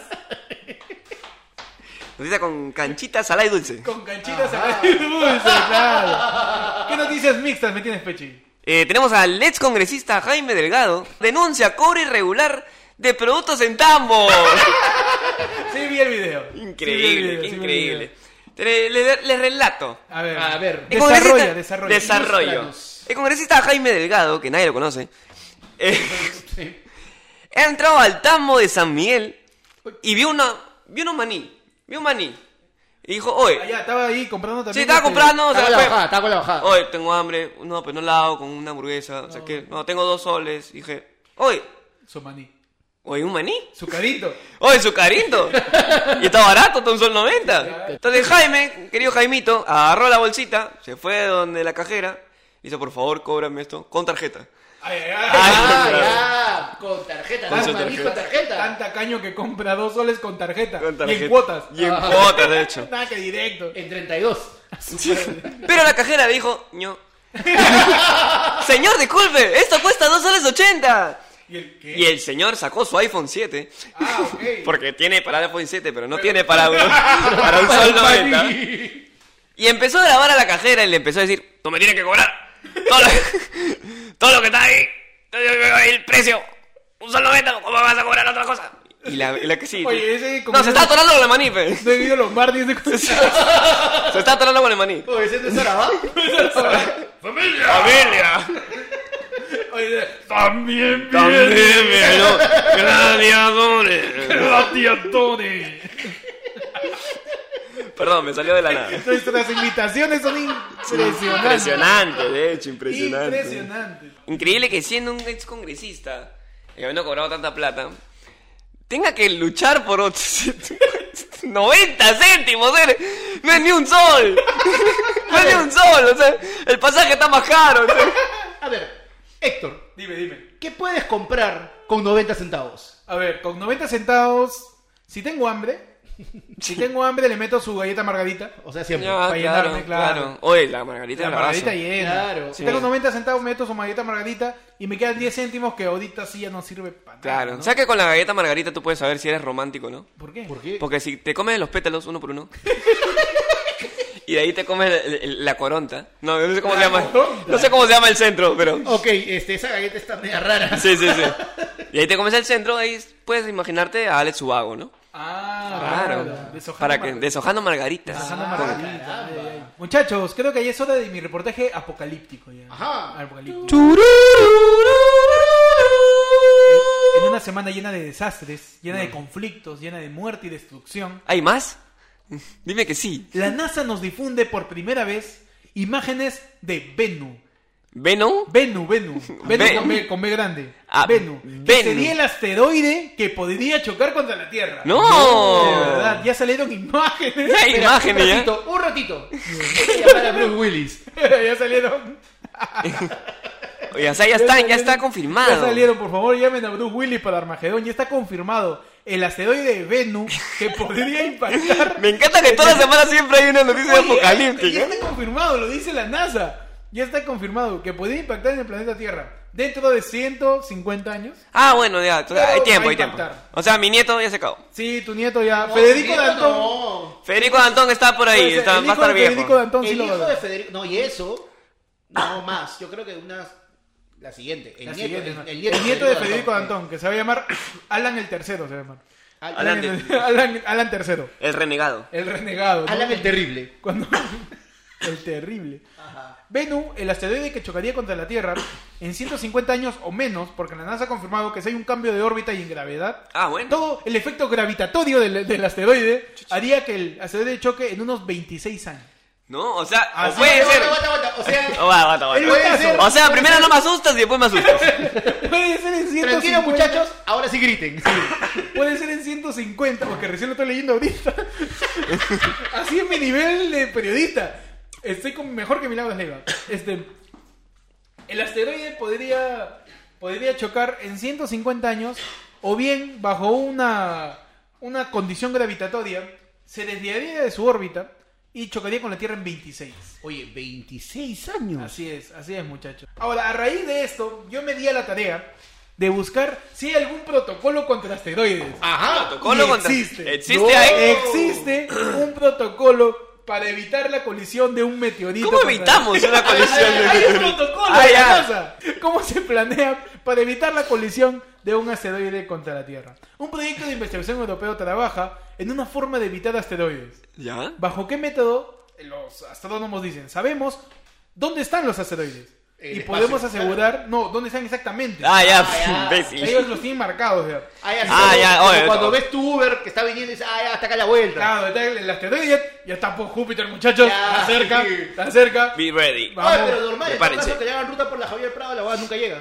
B: noticias con canchita salada y dulce.
A: con canchitas a dulce, claro. ¿Qué noticias mixtas me tienes, Pechi?
B: Eh, tenemos al ex congresista Jaime Delgado. Denuncia cobro irregular de productos en tambo.
A: <laughs> Sí, vi el video. Sí, vi el
B: increíble,
A: video, sí, vi el
B: increíble.
A: video.
B: Te- Les les relato.
A: A ver,
C: A ver.
B: El
A: Desarrolla,
B: congresista-
A: desarrolla.
B: desarrollo.
C: Ilústranos.
B: El congresista Jaime Delgado, que nadie
A: <laughs>
B: lo conoce, eh, ha entrado al tambo de San Miguel y vio una, vio un maní, vio un maní. Y dijo, oye,
A: Allá Ah, estaba ahí comprando también.
B: sí, estaba
A: este-
B: comprando, o
C: Está
B: sea,
C: con la
B: fue, Oh,
C: bajada, está con la bajada.
B: oye, tengo hambre, no, pues no la hago con una hamburguesa, o sea que, no, tengo dos soles. Dije, oye,
A: Su maní.
B: oye, un maní.
A: Su carito.
B: Oye, su carito. Y está barato, está un sol 90. Entonces Jaime, querido Jaimito, agarró la bolsita, se fue donde la cajera, dice, por favor, cóbrame esto, con tarjeta.
A: Ay, ay,
C: Ah,
A: ay.
C: ya, con tarjeta,
B: Con
C: con
B: su
C: tarjeta. Con
A: Tan
C: tarjeta.
A: tacaño que compra dos soles con tarjeta.
B: Con
A: Y
B: tarjeta.
A: en cuotas. Ah.
B: Y en cuotas, de hecho.
A: Nada que directo.
C: En 32.
B: Pero la cajera le dijo, ño. <laughs> señor, disculpe, esto cuesta 2 soles 80.
A: ¿Y el qué?
B: Y el señor sacó su iPhone 7.
A: Ah,
B: <laughs>
A: ok.
B: Porque tiene para el iPhone 7, pero no tiene para, un- para un sol 90. Y empezó a grabar a la cajera y le empezó a decir, no me tiene que cobrar. Todo lo, todo lo que está ahí, el precio, un sol 90, ¿cómo me vas a cobrar otra cosa? Y la, y la que sí.
A: Oye, ese como
B: no, se
A: es-
B: está atorando con el maní, pe.
A: No he vivido los martes de
B: Se está atorando con el maní.
C: Oye, ese no es Sarabá.
B: ¡Familia!
A: Oye, También
B: También, mira, yo, gladiadores.
A: Gladiadores.
B: Perdón, me salió de la nada.
A: Nuestras invitaciones son impresionantes.
B: Impresionante, de hecho, impresionante.
A: Impresionantes.
B: Increíble que siendo un ex congresista, que habiendo cobrado tanta plata, tenga que luchar por otro- <laughs> 90 céntimos, ¿eh? no es ni un sol. <laughs> No es ni un sol, o sea, el pasaje está más caro. o sea.
C: <laughs> A ver, Héctor,
A: Dime, dime.
C: ¿qué puedes comprar con 90 centavos?
A: A ver, con 90 centavos, si tengo hambre, si tengo hambre le meto su galleta margarita.
C: O sea, siempre.
B: Ya,
A: Para llenarme, claro.
B: Oye, la margarita
A: La
B: de
A: margarita
B: brasa.
A: llena.
C: Claro.
A: Si
B: Sí.
A: tengo 90 centavos, meto su margarita margarita y me quedan 10 céntimos que ahorita sí ya no sirve para nada.
B: Claro,
A: ¿no?
B: o sea que con la galleta margarita tú puedes saber si eres romántico, ¿no?
A: ¿Por qué?
C: ¿Por qué?
B: Porque si te comes los pétalos uno
A: <laughs>
B: por uno. y de ahí te comes el- el- la coronta. No, no sé cómo se llama.
A: coronta.
B: No sé cómo se llama el centro, pero.
C: Ok, este, esa galleta está media rara.
B: Sí, sí, sí. Y ahí te comes el centro, ahí puedes imaginarte a Alex Subago, ¿no?
A: Ah,
B: Claro.
A: Deshojando
B: Para que,
A: margarita.
B: deshojando margaritas.
A: Deshojando
B: Con-
A: margarita. Ay, ay, ay. Muchachos, creo que ya es hora de mi reportaje apocalíptico. Ya.
C: Ajá.
A: Apocalíptico.
B: Chururururu.
A: En una semana llena de desastres, llena de conflictos, llena de muerte y destrucción,
B: ¿Hay más? Dime que sí.
A: la NASA nos difunde por primera vez imágenes de Venu.
B: ¿Venom?
A: Venu, Venu. Venu
B: Ve-
A: con, B, con B grande.
B: Ah,
A: Venu. Que
B: Venu.
A: sería el asteroide que podría chocar contra la Tierra.
B: ¡No!
A: De verdad, ya salieron imágenes.
B: Hay
C: Espera,
A: <laughs>
B: imágenes
C: un
B: ya.
C: ratito, un ratito. Voy a llamar a Bruce Willis.
A: ya salieron.
B: Oye, o sea, ya están, ya está confirmado.
A: Ya salieron, por favor, llamen a Bruce Willis para Armagedón. Ya está confirmado el asteroide Venus que
B: <laughs>
A: podría impactar.
B: Me encanta que toda la semana siempre hay una noticia de
A: Oye, Ya
B: apocalíptica.
A: está confirmado, lo dice la NASA. Ya está confirmado que podría impactar en el planeta Tierra dentro de 150 años.
B: Ah, bueno, ya, entonces,
A: Pero
B: hay tiempo,
A: va a
B: hay tiempo.
A: impactar.
B: O sea, mi nieto ya se acabó.
A: Sí, tu nieto ya.
C: No,
A: Federico
C: Federico
A: Dantón.
C: No.
B: Federico Dantón está por
A: Puede
B: ahí,
A: ser,
B: está,
A: el
B: va a
A: hijo de
B: estar
A: Federico
B: viejo.
A: Dantón sí
C: El
A: lo va a
C: hijo
A: ver.
C: de Federico. No, y eso. No más. Yo creo que unas. La siguiente. El,
A: La
C: nieto,
A: siguiente,
C: el-
A: ¿no?
C: el nieto
A: El nieto de Federico Dantón, que se va a llamar Alan el Tercero, se va a llamar.
C: Alan
A: Alan,
B: el-
A: el- Alan, Alan Tercero,
B: El renegado.
A: el renegado. ¿no?
C: Alan el Terrible.
A: Cuando... <laughs> el terrible.
C: Ajá.
A: Venus, el asteroide que chocaría contra la Tierra en 150 años o menos, porque la NASA ha confirmado que si hay un cambio de órbita y en gravedad,
B: Ah, bueno.
A: todo el efecto gravitatorio del, del asteroide haría que el asteroide choque en unos 26 años. <laughs>
B: No, o sea, o
A: Así
B: puede
C: Aguanta,
B: ser.
C: aguanta, aguanta.
A: <laughs>
C: O sea,
B: Oh, va, va, va,
A: En
B: va.
A: un caso,
B: O sea, primero no me asustas y después me asustas.
A: puede ser en 150
C: tranquilos muchachos, ahora sí griten. <laughs>
A: Puede ser en 150, porque recién lo estoy leyendo ahorita. <laughs> Así es mi nivel de periodista. Estoy con- mejor que Milagros Leiva. Este, el asteroide podría, podría chocar en 150 años o bien bajo una, una condición gravitatoria se desviaría de su órbita y chocaría con la Tierra en 26.
C: Oye, 26 años.
A: Así es, así es, muchachos. Ahora, a raíz de esto, yo me di a la tarea de buscar si hay algún protocolo contra asteroides.
B: Ajá, protocolo
A: Y
B: contra-
A: existe.
B: Existe ¿eh?
C: No.
B: ahí.
A: Existe un protocolo para evitar la colisión de un meteorito.
B: ¿Cómo
A: contra-
B: evitamos una colisión? de-
A: <laughs> Hay un protocolo
B: Ah,
A: de la
B: ya.
A: NASA. ¿Cómo se planea para evitar la colisión de un asteroide contra la Tierra? Un proyecto de investigación europeo trabaja en una forma de evitar asteroides.
B: ¿Ya?
A: ¿Bajo qué método? Los astrónomos dicen, sabemos dónde están los asteroides.
C: El
A: y
C: espacio,
A: podemos asegurar, no, dónde están exactamente.
B: Ah, ya,
C: Ah, ya.
B: imbécil.
A: Ellos los tienen marcados ya.
C: Ah, ya, sí,
B: Ah,
C: como-
B: ya,
C: como
B: oye,
C: cuando
B: no.
C: ves tu Uber que está viniendo y dices, ah, ya, hasta acá la vuelta.
A: Claro, está el, el asteroide ya, ya está por Júpiter, muchachos.
C: Ya.
A: Está cerca, está cerca.
B: Be ready.
A: Vamos.
C: Oye, pero normal, en todo
B: Prepárense.
C: caso que le hagan ruta por la Javier Prado, la huevada nunca llega.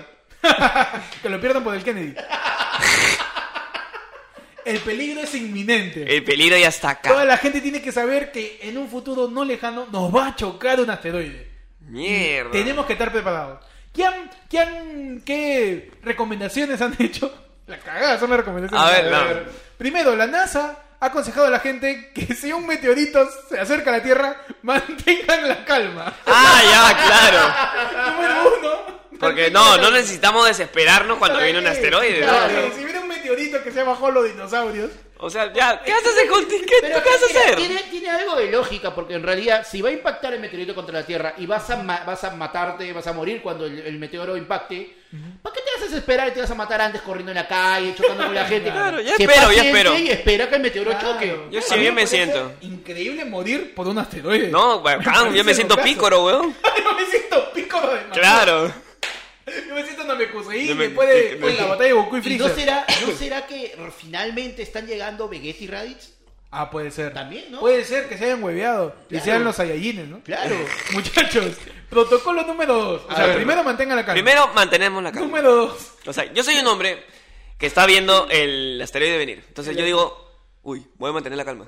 A: Que lo pierdan por el Kennedy. El peligro es inminente.
B: El peligro ya está
A: Toda
B: acá.
A: la gente tiene que saber que en un futuro no lejano nos va a chocar un asteroide.
B: Mierda.
A: Tenemos que estar preparados. ¿Qué, han- qué han- qué recomendaciones han hecho? La cagada son las recomendaciones.
B: A ver, no.
A: Primero, la NASA ha aconsejado a la gente que si un meteorito se acerca a la Tierra, <laughs> mantengan la calma.
B: Ah, ya, claro.
A: Número uno.
B: Porque no, no necesitamos desesperarnos cuando viene un asteroide. ¿no?
A: Claro, Si viene un meteorito que se bajó los dinosaurios.
B: O sea, ya, ¿qué vas a hacer con ti? ¿Qué,
C: Pero
B: qué vas a
C: mira,
B: hacer?
C: Tiene, tiene algo de lógica, porque en realidad, si va a impactar el meteorito contra la Tierra y vas a, ma- vas a matarte, vas a morir cuando el, el meteoro impacte, ¿para qué te vas a desesperar y te vas a matar antes corriendo en la calle,
B: <laughs>
C: chocando con la gente?
B: Claro, ya
C: Sé
B: espero, ya
C: paciente
B: espero.
C: Y espera que el meteoro choque.
A: Claro.
B: Yo sí
A: A mí
B: bien me
A: parece
B: siento.
A: Increíble morir por un asteroide. <laughs>
B: No, bacán, yo me
A: parece
B: siento
A: locazo.
B: pícoro, weón.
A: Yo me siento pícoro de mamá.
B: Claro.
A: Yo me siento no me conseguí
B: Yo me-
A: después de
B: me-
A: de la batalla de Goku y
C: ¿Y
A: Freezer.
C: no será,
B: <laughs>
C: no será que finalmente están llegando Vegeta y Raditz?
A: Ah, puede ser.
C: También, ¿no?
A: Puede ser que se hayan hueveado y
C: Claro.
A: sean los Saiyajines, ¿no?
C: Claro.
A: Muchachos, protocolo número dos. O
C: A
A: sea,
C: ver.
A: primero mantengan la calma.
B: Primero mantenemos la calma.
A: Número dos.
B: O sea, yo soy un hombre que está viendo el asteroide venir. Entonces yo digo, uy, voy a mantener la calma.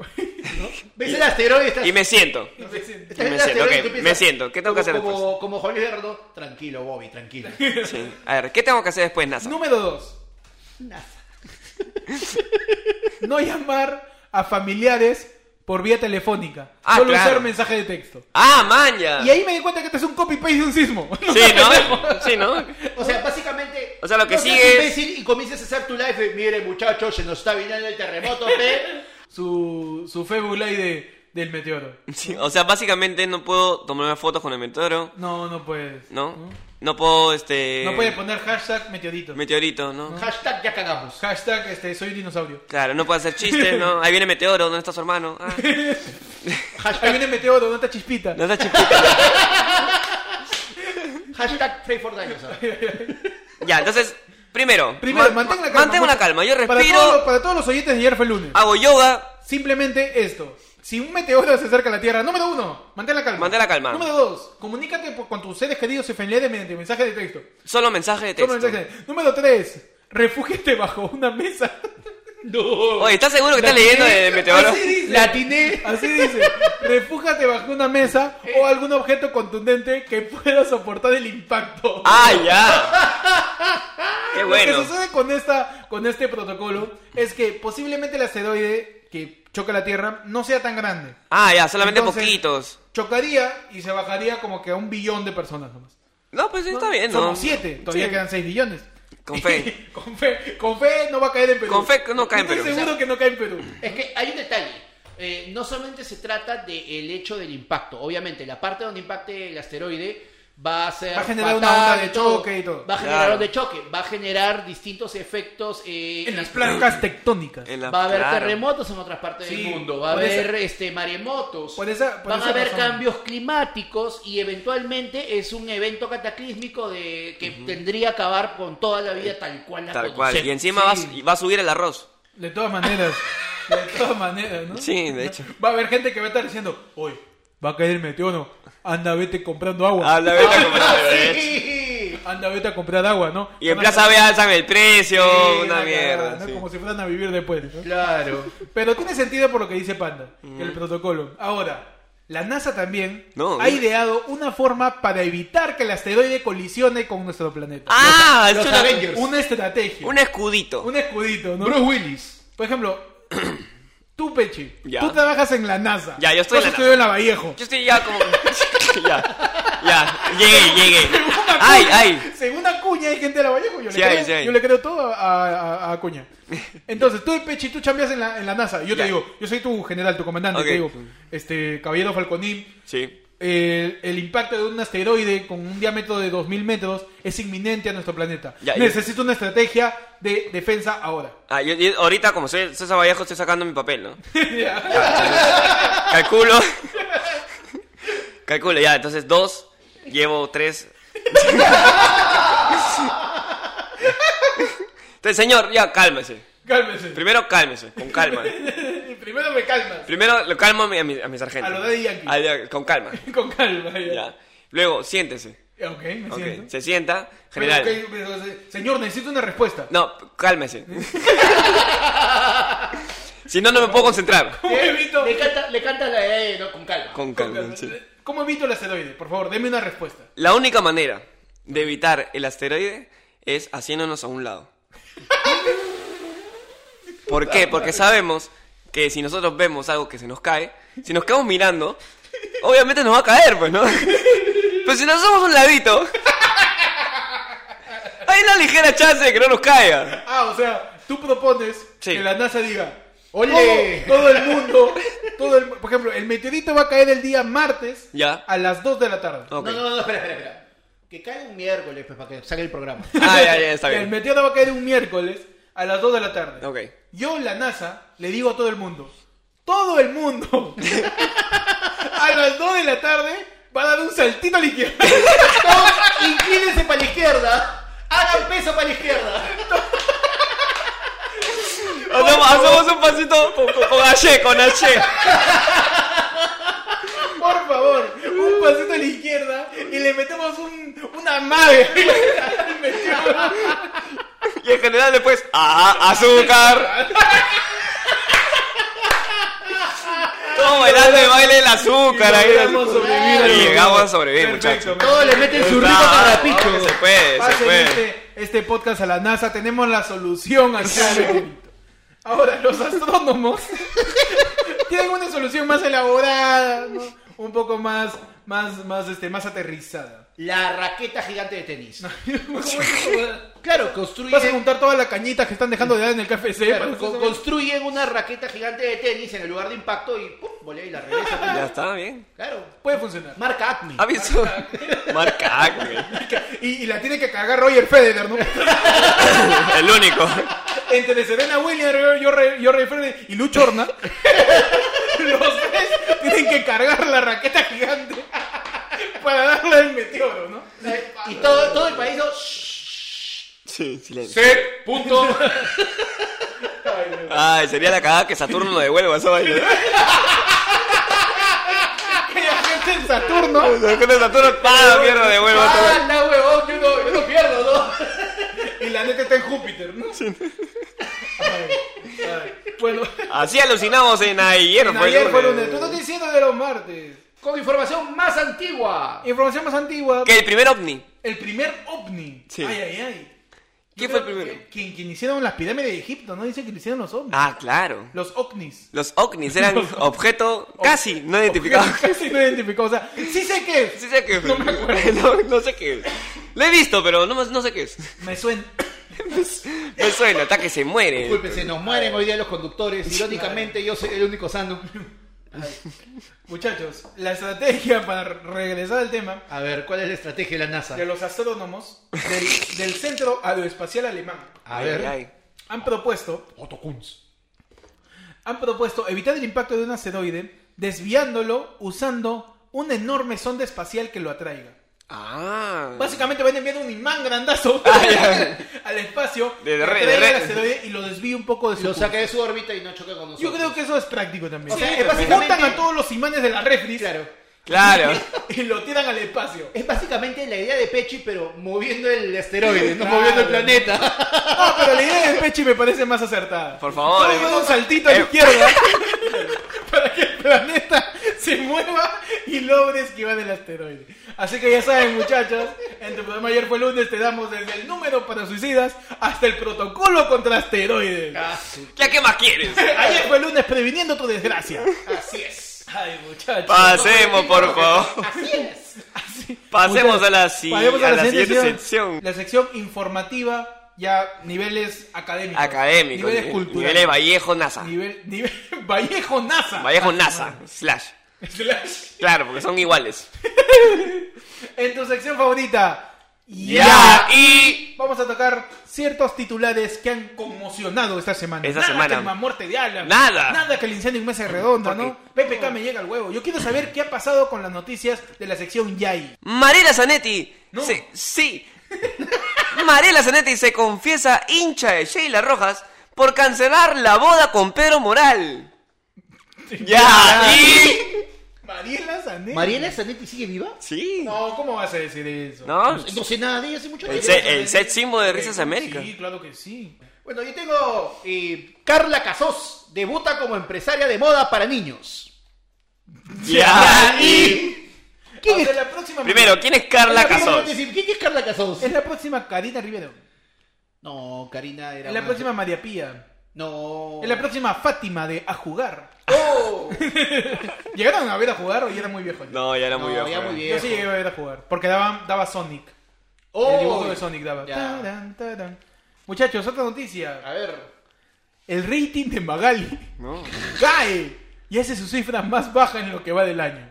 C: ¿Ves el asteroide? Estás-
B: Y me siento.
C: estás
B: me
C: en el
B: siento,
C: asteroide
B: ok,
C: y tú
B: me
C: piensas,
B: siento, ¿qué tengo que
C: como-
B: hacer
C: como, Como Juan Luis Guerrero, tranquilo, Bobby, tranquilo.
B: Sí. A ver, ¿qué tengo que hacer después, NASA?
A: Número dos. No llamar a familiares por vía telefónica.
B: Ah,
A: solo
B: claro.
A: usar mensaje de texto.
B: Ah, maña.
A: Y ahí me di cuenta que este es un copy-paste de un sismo.
B: <laughs> Sí, ¿no? Sí, ¿no?
C: O sea, básicamente.
B: O sea, lo que
C: no seas
B: sigue es-
C: imbécil y comienzas a hacer tu live. y, Mire, muchachos, se nos está viniendo el terremoto, ¿ve?
A: <laughs>
B: <laughs>
A: su, su fébula y de, del meteoro.
B: Sí, O sea, básicamente no puedo tomarme fotos con el meteoro,
A: No, no puedes.
B: ¿no? No puedo, este...
A: No puedes poner hashtag meteorito.
B: Meteorito, ¿no?
C: Hashtag ya cagamos.
A: Hashtag este, soy un dinosaurio.
B: Claro, no puedo hacer chistes, ¿no? Ahí viene meteoro, ¿dónde está su hermano? Ah,
A: Ahí
C: Hashtag,
A: viene meteoro, no está chispita.
B: no está chiquito.
C: hashtag Pray for Dinosaur.
B: <laughs> Ya, entonces, primero,
A: Primero,
B: ma-
A: mantén la
B: ma-
A: calma.
B: mantén una calma. Yo
A: Para todos, los-
B: respiro,
A: para todos los oyentes de ayer fue lunes.
B: hago yoga.
A: Simplemente esto. Si un meteoro se acerca a la Tierra, número uno, mantén la calma.
B: Mantén la calma.
A: Número dos, comunícate por- con tus seres queridos y familiares mediante mensaje de texto.
B: Solo mensaje de texto.
A: Solo mensaje de- Número tres, refúgiate bajo una mesa.
D: No.
B: Oye, ¿estás seguro que <laughs> estás leyendo de Meteoro?
A: Así dice.
C: Latiné.
A: Así dice, refújate bajo una mesa o algún objeto contundente que pueda soportar el impacto.
B: ¡Ah, ya!
A: <laughs>
B: ¡Qué
A: Lo
B: bueno!
A: que sucede con, esta, con este protocolo es que posiblemente el asteroide que choca la Tierra no sea tan grande.
B: Ah, ya, solamente
A: Entonces-
B: poquitos.
A: Chocaría y se bajaría como que a un billón de personas nomás.
B: No, pues está bien, ¿no?
A: Somos siete, todavía
B: Sí.
A: quedan seis billones.
B: Con
A: <laughs>
B: fe.
A: con fe. Con fe no va a caer en Perú.
B: Con fe no cae en
A: Estoy
B: Perú.
A: seguro que no cae en Perú.
C: Es que hay un detalle. Eh, no solamente se trata del hecho del impacto. Obviamente, la parte donde impacte el asteroide va a ser.
A: Va a generar una
C: fatal
A: onda de choque y todo.
C: Va a generar
B: Claro.
C: onda de choque. Va a generar distintos efectos. eh,
A: En las placas tectónicas.
B: En la-
C: Va a haber
B: Ah, claro.
C: terremotos en otras partes
A: Sí,
C: del mundo, va a
A: por esa-
C: haber este maremotos,
A: por esa- por
C: van
A: esa
C: a haber
A: razón.
C: cambios climáticos y eventualmente es un evento cataclísmico de que tendría que acabar con toda la vida tal cual la
B: Eh, Tal cual.
C: conocemos.
B: Y encima va, a su- va a subir el arroz.
A: De todas maneras. De todas maneras, ¿no?
B: Sí, de hecho.
A: Va a haber gente que va a estar diciendo, oye, va a caer el meteoro. Anda, vete comprando agua. <laughs>
B: Habla, vete a comprar, ¿eh?
C: Sí.
A: Anda, vete a comprar agua, ¿no?
B: Y en
A: Van a-
B: Plaza B alzan el precio,
A: Sí, cagada,
B: una mierda.
A: ¿no?
B: sí.
A: Como si fueran a vivir después. ¿no?
C: Claro.
A: Pero tiene sentido por lo que dice Panda, el protocolo. Ahora, la NASA también
B: No,
A: ha
B: mira.
A: ideado una forma para evitar que el asteroide colisione con nuestro planeta.
B: Ah,
C: Los
B: es una-
C: Avengers.
A: Una estrategia.
B: un escudito.
A: Un escudito, ¿no?
C: Bruce Willis.
A: Por
B: <clears throat>
A: ejemplo, tú, Pechi,
B: Ya.
A: tú trabajas en la NASA.
B: Ya, yo
A: Tú
B: estoy en la
A: has estudiado en la Vallejo.
B: Yo estoy ya como. <laughs> ya, ya,
A: <laughs>
B: llegué, llegué. Ay, ay.
A: Según Acuña hay gente de la Vallejo. Yo,
B: Sí
A: le,
B: hay,
A: creo,
B: sí hay.
A: yo le creo todo a, a- a
B: <laughs>
A: Acuña. Entonces, tú, Pechi, tú chambeas en la, en la NASA. Yo te
B: Ya.
A: digo, yo soy tu general, tu comandante.
B: Ok.
A: Te digo, este, caballero Falconín,
B: Sí.
A: el, el impacto de un asteroide con un diámetro de 2.000 metros es inminente a nuestro planeta.
B: Ya, yo-
A: Necesito una estrategia de defensa ahora. <laughs>
B: Ah, yo, yo ahorita, como soy César Vallejo, estoy sacando mi papel, ¿no? Ah, entonces, calculo. <laughs> calculo, ya, entonces dos, llevo tres. entonces, señor, ya, cálmese.
A: Cálmese.
B: Primero, cálmese, con calma.
A: Primero me calmas. <laughs>
B: Primero, lo calmo a mi, a mi, a mi sargento.
A: A lo Daddy Yankee.
B: Ah, ya, con calma,
A: Con calma. Ya.
B: ya. Luego, siéntese.
A: Ok, me
B: Ok,
A: siento.
B: se sienta,
A: Pero,
B: general.
A: ok, pero, se- señor, necesito una respuesta.
B: No, cálmese. <laughs> si no, no me puedo concentrar.
A: <laughs> ¿Cómo evito,
C: <laughs> Le canta, le canta la eh, no, con calma.
B: Con calma, sí.
A: ¿Cómo evito el asteroide? Por favor, deme una respuesta.
B: La única manera de evitar el asteroide es haciéndonos a un lado. ¿Por qué? Porque sabemos que si nosotros vemos algo que se nos cae, si nos quedamos mirando, obviamente nos va a caer, pues, ¿no? Pero si nos hacemos un ladito, hay una ligera chance de que no nos caiga.
A: Ah, o sea, tú propones
B: Sí.
A: que la NASA diga,
C: Ole.
A: todo, todo el mundo, todo el, por ejemplo, el meteorito va a caer el día martes
B: Ya.
A: a las 2 de la tarde.
B: Ok.
C: No, no, no, espera, espera, espera. Que caiga un miércoles pues, para que salga el
A: <laughs>
C: programa.
B: Ah, ya, ya, está
A: El
B: bien.
A: meteoro va a caer un miércoles a las 2 de la tarde.
B: Ok.
A: Yo, la NASA, le digo a todo el mundo, todo el mundo, <laughs> a las 2 de la tarde va a dar un saltito a la izquierda. <laughs>
C: Todos inclínense para la izquierda. Hagan peso para la izquierda.
B: Hacemos, hacemos un pasito con, con, con H, con H.
A: Por favor, un pasito a la izquierda y le metemos un, una magia.
B: Y en general después, ah, azúcar. Todo bailando el baile del azúcar ahí.
A: logramos sobrevivir a
B: Oh, Y
A: los
B: llegamos a
A: humanos.
B: sobrevivir,
A: Perfecto,
B: muchachos.
C: Todos le meten su rico
B: Claro,
C: carrapicho.
B: Se puede, se
A: Pasen
B: puede.
A: este, este podcast a la NASA, tenemos la solución al meteorito. Ahora, los <laughs> astrónomos tienen una solución más elaborada, ¿no? un poco más, más, más, este, más <laughs> aterrizada.
C: La raqueta gigante de tenis.
A: ¿Cómo es?
C: Claro, construyen,
A: Vas a juntar todas las cañitas que están dejando de dar en el KFC.
C: claro,
A: para-
C: con- construyen una raqueta gigante de tenis en el lugar de impacto y ¡pum! volea y la regresa. pues.
B: Ya está, bien.
C: Claro.
A: Puede funcionar.
C: Marca Acme.
B: ¿Ha visto? Marca Acme.
A: Y, <laughs> y la tiene que cagar Roger Federer, ¿no?
B: El único.
A: Entre Serena Williams, yo, yo, yo Federer y Lucho Horna. <laughs> Los tres tienen que cargar la raqueta gigante <laughs> para darle al meteoro, ¿no?
C: Eh, Y todo, todo el país. ¿no? Shhh.
B: Sí, silencio.
D: C.
C: <laughs>
D: Punto.
B: Ay, sería la cagada que Saturno lo devuelva esa vaina.
A: Que la gente en Saturno
B: La gente de Saturno, pa, mierda, devuelva todo.
C: Ah, no, huevón, yo no, yo no pierdo,
A: <laughs>
C: ¿no?
A: y la neta está en Júpiter, ¿no? Ay, ay.
C: Bueno,
B: Así alucinamos en ayer.
A: En
B: fue
A: ayer fue
B: lunes.
A: lunes. Tú no estás diciendo que era un martes.
C: con información más antigua.
A: Información más antigua.
B: Que el primer ovni.
A: El primer ovni.
B: Sí.
A: Ay, ay, ay. Yo
B: ¿Quién fue el
A: creo
B: primero?
A: que- Quien, quien hicieron las pirámides de Egipto, ¿no? Dicen que lo hicieron los ovnis.
B: Ah, claro.
A: Los ovnis.
B: Los ovnis eran objeto casi no identificado.
A: <laughs> Casi no identificó. O sea, sí sé qué es.
B: <laughs> Sí sé qué es. No, <laughs> no sé qué es. Lo he visto, pero no, no sé qué es.
A: Me suena.
B: Me suena, hasta que se muere.
C: Disculpe, se nos mueren hoy día los conductores. Irónicamente, yo soy el único sano.
A: <coughs> Muchachos, la estrategia para regresar al tema
C: A ver, ¿cuál es la estrategia de la NASA?
A: de los astrónomos del, del Centro Aeroespacial Alemán
C: A ver.
B: Ay, ay.
A: han propuesto
C: Otto Kunz.
A: han propuesto evitar el impacto de un asteroide desviándolo usando una enorme sonda espacial que lo atraiga.
B: Ah.
A: Básicamente van enviando un imán
B: <laughs>
A: grandazo <laughs> al espacio
B: De- de
A: que
B: re-
A: atraiga
B: de re-
A: el asteroide y lo desvía un poco de su
C: Lo
A: curso.
C: saca de su órbita y no choca con nosotros.
A: Yo creo que eso es práctico también.
C: O sea,
A: Sí,
C: es básicamente-
A: Juntan a todos los imanes de la refri
C: Claro.
B: Claro.
A: <laughs> y lo tiran al espacio.
C: Es básicamente la idea de Pechi, pero moviendo el asteroide, no
A: Claro.
C: moviendo el planeta.
A: No, Ah, pero la idea de Pechi me parece más acertada.
B: Por favor,
A: Todo
B: eh.
A: un saltito a la
B: Eh. <laughs>
A: izquierda para que el planeta se mueva y logre esquivar el asteroide. Así que ya saben, muchachos, en tu programa ayer fue lunes te damos desde el número para suicidas hasta el protocolo contra asteroides.
B: <laughs> Ah. ¿Ya qué más quieres?
A: Ayer fue lunes previniendo tu desgracia.
C: Así es.
A: Ay, muchachos.
B: Pasemos, por favor.
C: Así es.
A: Así-
B: Pasemos
A: Muchachos,
B: a la si-
A: pasemos
B: a la siguiente sección.
A: La sección informativa, ya niveles académicos.
B: Académico.
A: Niveles
B: eh. nivel-
A: culturales.
B: Niveles Vallejo NASA.
A: Ah. Nivel, nivel- <laughs> Vallejo NASA. <laughs>
B: Vallejo NASA. Slash.
A: Slash.
B: Claro, porque son iguales.
A: En tu sección favorita.
B: Ya y.
A: Vamos a tocar ciertos titulares que han conmocionado esta semana.
B: Esta
A: Nada
B: semana.
A: que la muerte de Alan.
B: Nada.
A: Nada que el incendio en Mesa Redonda,
B: Porque-
A: ¿no? PPK me llega al huevo. Yo quiero saber qué ha pasado con las noticias de la sección Yay.
B: Marela Zanetti.
A: No.
B: se- sí. <laughs> Marela Zanetti se confiesa hincha de Sheila Rojas por cancelar la boda con Pedro Moral. Ya y.
A: Mariela Zanetti.
C: ¿Mariela Zanetti sigue viva?
B: Sí.
A: No, ¿cómo vas a decir eso?
B: No.
C: No sé nada de ella hace mucho
B: El,
C: tiempo.
B: se- el set símbolo de Risas América.
A: Sí, claro que sí.
C: Bueno, yo tengo eh, Carla Casós, debuta como empresaria de moda para niños.
B: Ya y.
A: O
C: ¿Quién es,
A: sea, la próxima
B: Primero, ¿quién es Carla Casón?
C: Decir, ¿Quién es Carla Casós?
A: Es la próxima Karina Rivero.
C: No, Karina era
A: Es la
C: una-
A: próxima María Pía.
C: No.
A: Es la próxima Fátima de A Jugar.
C: Oh.
A: ¿Llegaron a ver a jugar o ya era muy viejo?
B: No, ya era
C: No,
B: muy
C: ya
B: viejo.
C: muy
B: eh.
A: Yo sí llegué a ver a jugar. Porque daban, daba Sonic.
C: Oh.
A: El dibujo de Sonic daba.
C: Ya.
A: Tarán, tarán. Muchachos, otra
C: A
A: noticia.
C: ver.
A: El rating de Magali <laughs>
B: No.
A: cae y hace su cifra más baja en lo que va del año.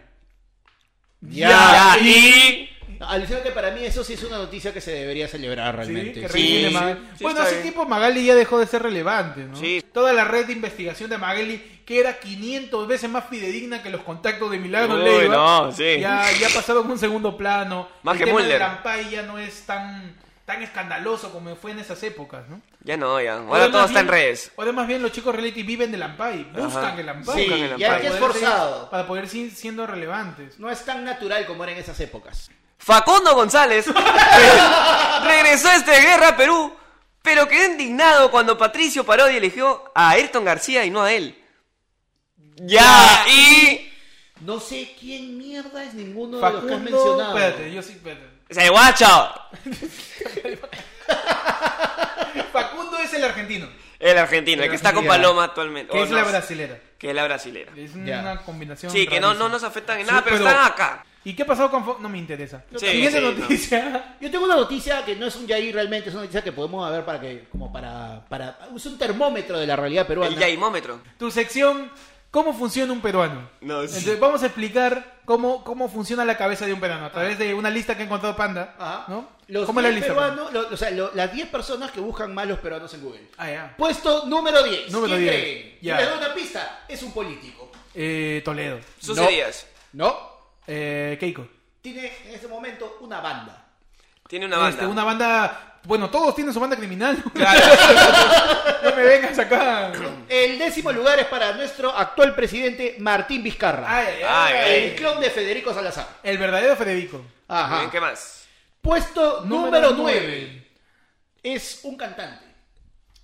B: Ya y.
C: Alucino que para mí eso sí es una noticia que se debería celebrar
A: Sí,
C: realmente.
A: que
C: Sí.
A: Rey
B: Sí,
A: tiene
B: sí,
A: Magali.
B: sí,
A: bueno,
B: está
A: hace
B: bien.
A: tiempo Magali ya dejó de ser relevante, ¿no?
B: Sí.
A: Toda la red de investigación de Magali, que era 500 veces más fidedigna que los contactos de Milagro
B: Uy,
A: Leiva,
B: no, sí.
A: ya, ya ha pasado en un segundo plano.
B: Más
A: El
B: que
A: tema
B: Mulder.
A: de Rampay ya no es tan, tan escandaloso como fue en esas épocas, ¿no?
B: Ya no, ya. Ahora todo
A: más
B: está en
A: bien-
B: redes.
A: Ahora más bien los chicos reality viven de Lampai, buscan
B: Ajá.
A: el Lampai.
C: Sí,
A: Buscan el
B: ya
A: Lampai.
B: que
C: es
A: Para poder seguir-
C: forzado.
A: Para poder seguir siendo relevantes.
C: No es tan natural como era en esas épocas.
B: Facundo González regresó a esta guerra a Perú, pero quedó indignado cuando Patricio Parodi eligió a Ayrton García y no a él. Ya y.
C: No sé quién mierda es ninguno de los que has
A: Facundo,
C: mencionado.
A: espérate, yo sí, espérate.
B: ¡Se guacho!
A: Facundo es el argentino,
B: El argentino, el que está con
C: Ya.
B: Paloma actualmente.
A: que
B: Oh,
A: es
B: no,
A: la brasilera.
B: Que es la brasilera.
A: Es
C: Ya.
A: una combinación.
B: Sí, que no,
A: rarísima.
B: no nos afectan en nada,
A: Sí,
B: pero, están acá.
A: ¿Y qué ha pasado con Fo- No me interesa.
B: Sí,
A: Siguiente
B: sí,
A: noticia. <laughs>
C: Yo tengo una noticia que no es un yaí realmente, es una noticia que podemos ver para que, como para, para, es un termómetro de la realidad peruana.
B: El yaimómetro.
A: Tu sección, ¿cómo funciona un peruano?
B: No,
C: Pues-
B: sí.
A: Entonces, vamos a explicar cómo, cómo funciona la cabeza de un peruano a través de una lista que ha encontrado Panda.
C: Ajá.
A: ¿no?
C: Los
A: ¿Cómo es la
C: 10
A: lista?
C: peruanos, lo- o sea, lo- las 10 personas que buscan más los peruanos en Google.
A: Ah, ya.
C: Puesto número 10.
A: Número
C: ¿Quién
A: 10.
C: creen?
A: Ya.
C: Les doy una pista. Es un político.
A: Eh, Toledo.
B: Sus
C: No.
B: ideas.
C: No.
A: Eh, Keiko.
C: Tiene en este momento una banda.
B: Tiene una banda.
A: Este, una banda. Bueno, todos tienen su banda criminal.
B: Claro.
A: <laughs> no me vengas acá.
C: El décimo lugar es para nuestro actual presidente Martín Vizcarra.
A: Ay, ay,
B: Ay,
A: ay.
C: el clon de Federico Salazar.
A: El verdadero Federico.
C: Ajá.
B: ¿Qué más?
C: Puesto número
A: nueve.
C: 9 es un cantante.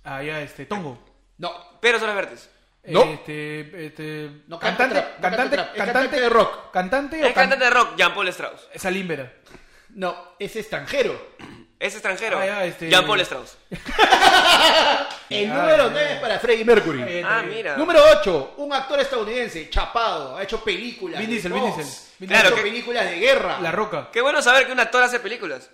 A: Ah, ya, este. Tongo.
C: No.
B: Pero son las verdes.
C: No.
A: Este, este,
C: No canta
A: cantante,
C: trap, no canta
A: cantante,
C: trap, es
A: cantante,
C: cantante de rock.
A: Cantante
B: El
A: o
B: cantante
A: cantante.
B: de rock, Jean-Paul Strauss.
A: Salim Vera.
C: No, es extranjero.
B: Es extranjero.
A: Ah, ya, este-
B: Jean-Paul Strauss.
C: El
A: Ah,
C: número
A: ya.
C: 9 es para Freddie Mercury.
A: Eh,
B: Ah, mira.
C: Número 8, un actor estadounidense, chapado, ha hecho películas.
A: Vin
C: de
A: Diesel,
C: Fox,
A: Vin Diesel, Vin
C: Ha
B: Claro,
C: hecho
B: que-
C: películas de guerra.
A: La Roca.
B: Qué bueno saber que un actor hace películas.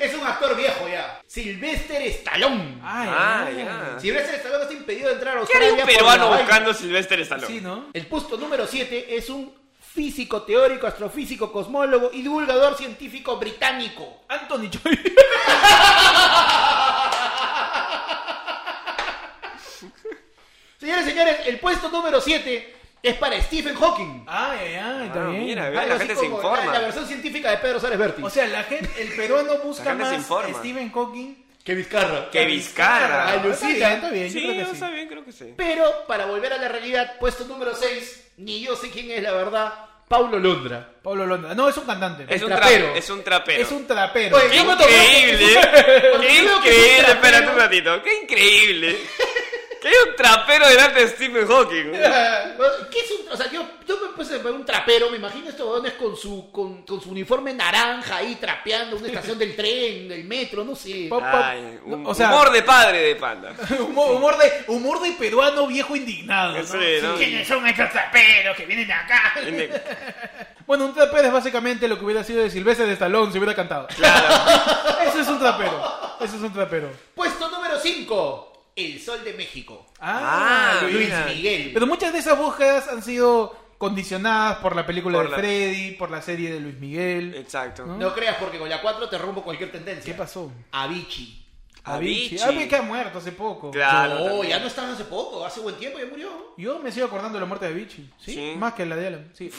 C: Es un actor viejo ya. Sylvester Stallone.
B: Ah,
A: ya.
B: ya.
C: Sylvester Stallone está impedido de entrar a
B: ¿Qué
C: Australia.
B: haría un
C: por
B: peruano
C: la vaina.
B: buscando Sylvester Stallone?
A: Sí, ¿no?
C: El puesto número 7 es un físico teórico, astrofísico, cosmólogo y divulgador científico británico.
A: Anthony <laughs> Choi.
C: Señores y señores, el puesto número 7 es para Stephen Hawking.
A: Ah, ya, ya, está
B: Ah,
A: bien.
B: mira, ve,
C: Algo
B: la
C: así
B: gente se
C: como la-
B: informa.
C: La, versión científica de Pedro Sárez Berti.
A: O sea, la gente, el peruano busca
B: gente se
A: más
B: informa.
A: a Stephen Hawking.
C: que Vizcarra.
B: Que Vizcarra.
C: Ay, Lucita.
A: Está bien, está bien, yo
B: Sí,
A: creo que sí.
B: está bien, creo que sí.
C: Pero para volver a la realidad, puesto número 6, ni yo sé quién es la verdad, Paulo Londra.
A: Pablo Londra. No, es un cantante.
B: Es un
C: trapero.
B: trapero. Es un trapero.
A: Es un trapero.
C: Oye, yo cuando veo que-
B: Increíble. Qué
C: cuando veo que es un
B: increíble.
C: trapero-
B: Espérate un ratito. Qué increíble. Que hay un trapero delante de Stephen Hawking.
C: ¿Qué es un, o sea, yo, yo me puse un trapero, me imagino estos huevones con su, con, con su uniforme naranja ahí trapeando una estación del tren, del metro, no sé.
A: Pop-
B: Ay, un-
A: O sea-
B: humor de padre de panda.
A: <laughs> humor, humor de, humor de peruano viejo indignado. ¿no?
B: Sí, ¿no?
A: son estos traperos que vienen de
B: <laughs>
A: acá? Bueno, un trapero es básicamente lo que hubiera sido de Silvestre de Stallone si hubiera cantado.
B: Claro.
A: Eso es un trapero. Eso es un trapero.
C: Puesto número 5, El Sol de México.
A: Ah,
B: Ah,
A: Luis.
C: Luis
B: mira.
C: Miguel.
A: Pero muchas de esas búsquedas han sido condicionadas por la película
B: Por
A: de
B: la- Eh,
A: Freddy, por la serie de Luis Miguel.
B: Exacto.
C: No creas porque con la 4 te rompo cualquier tendencia.
A: ¿Qué pasó?
C: Avicii.
B: Avicii.
A: Avicii Ah, que ha muerto hace poco.
B: Claro.
C: no,
B: también.
C: ya no estaba hace poco, hace buen tiempo ya murió.
A: Yo me sigo acordando de la muerte de Avicii. ¿Sí?
B: Sí.
A: Más que la de Alan. Sí.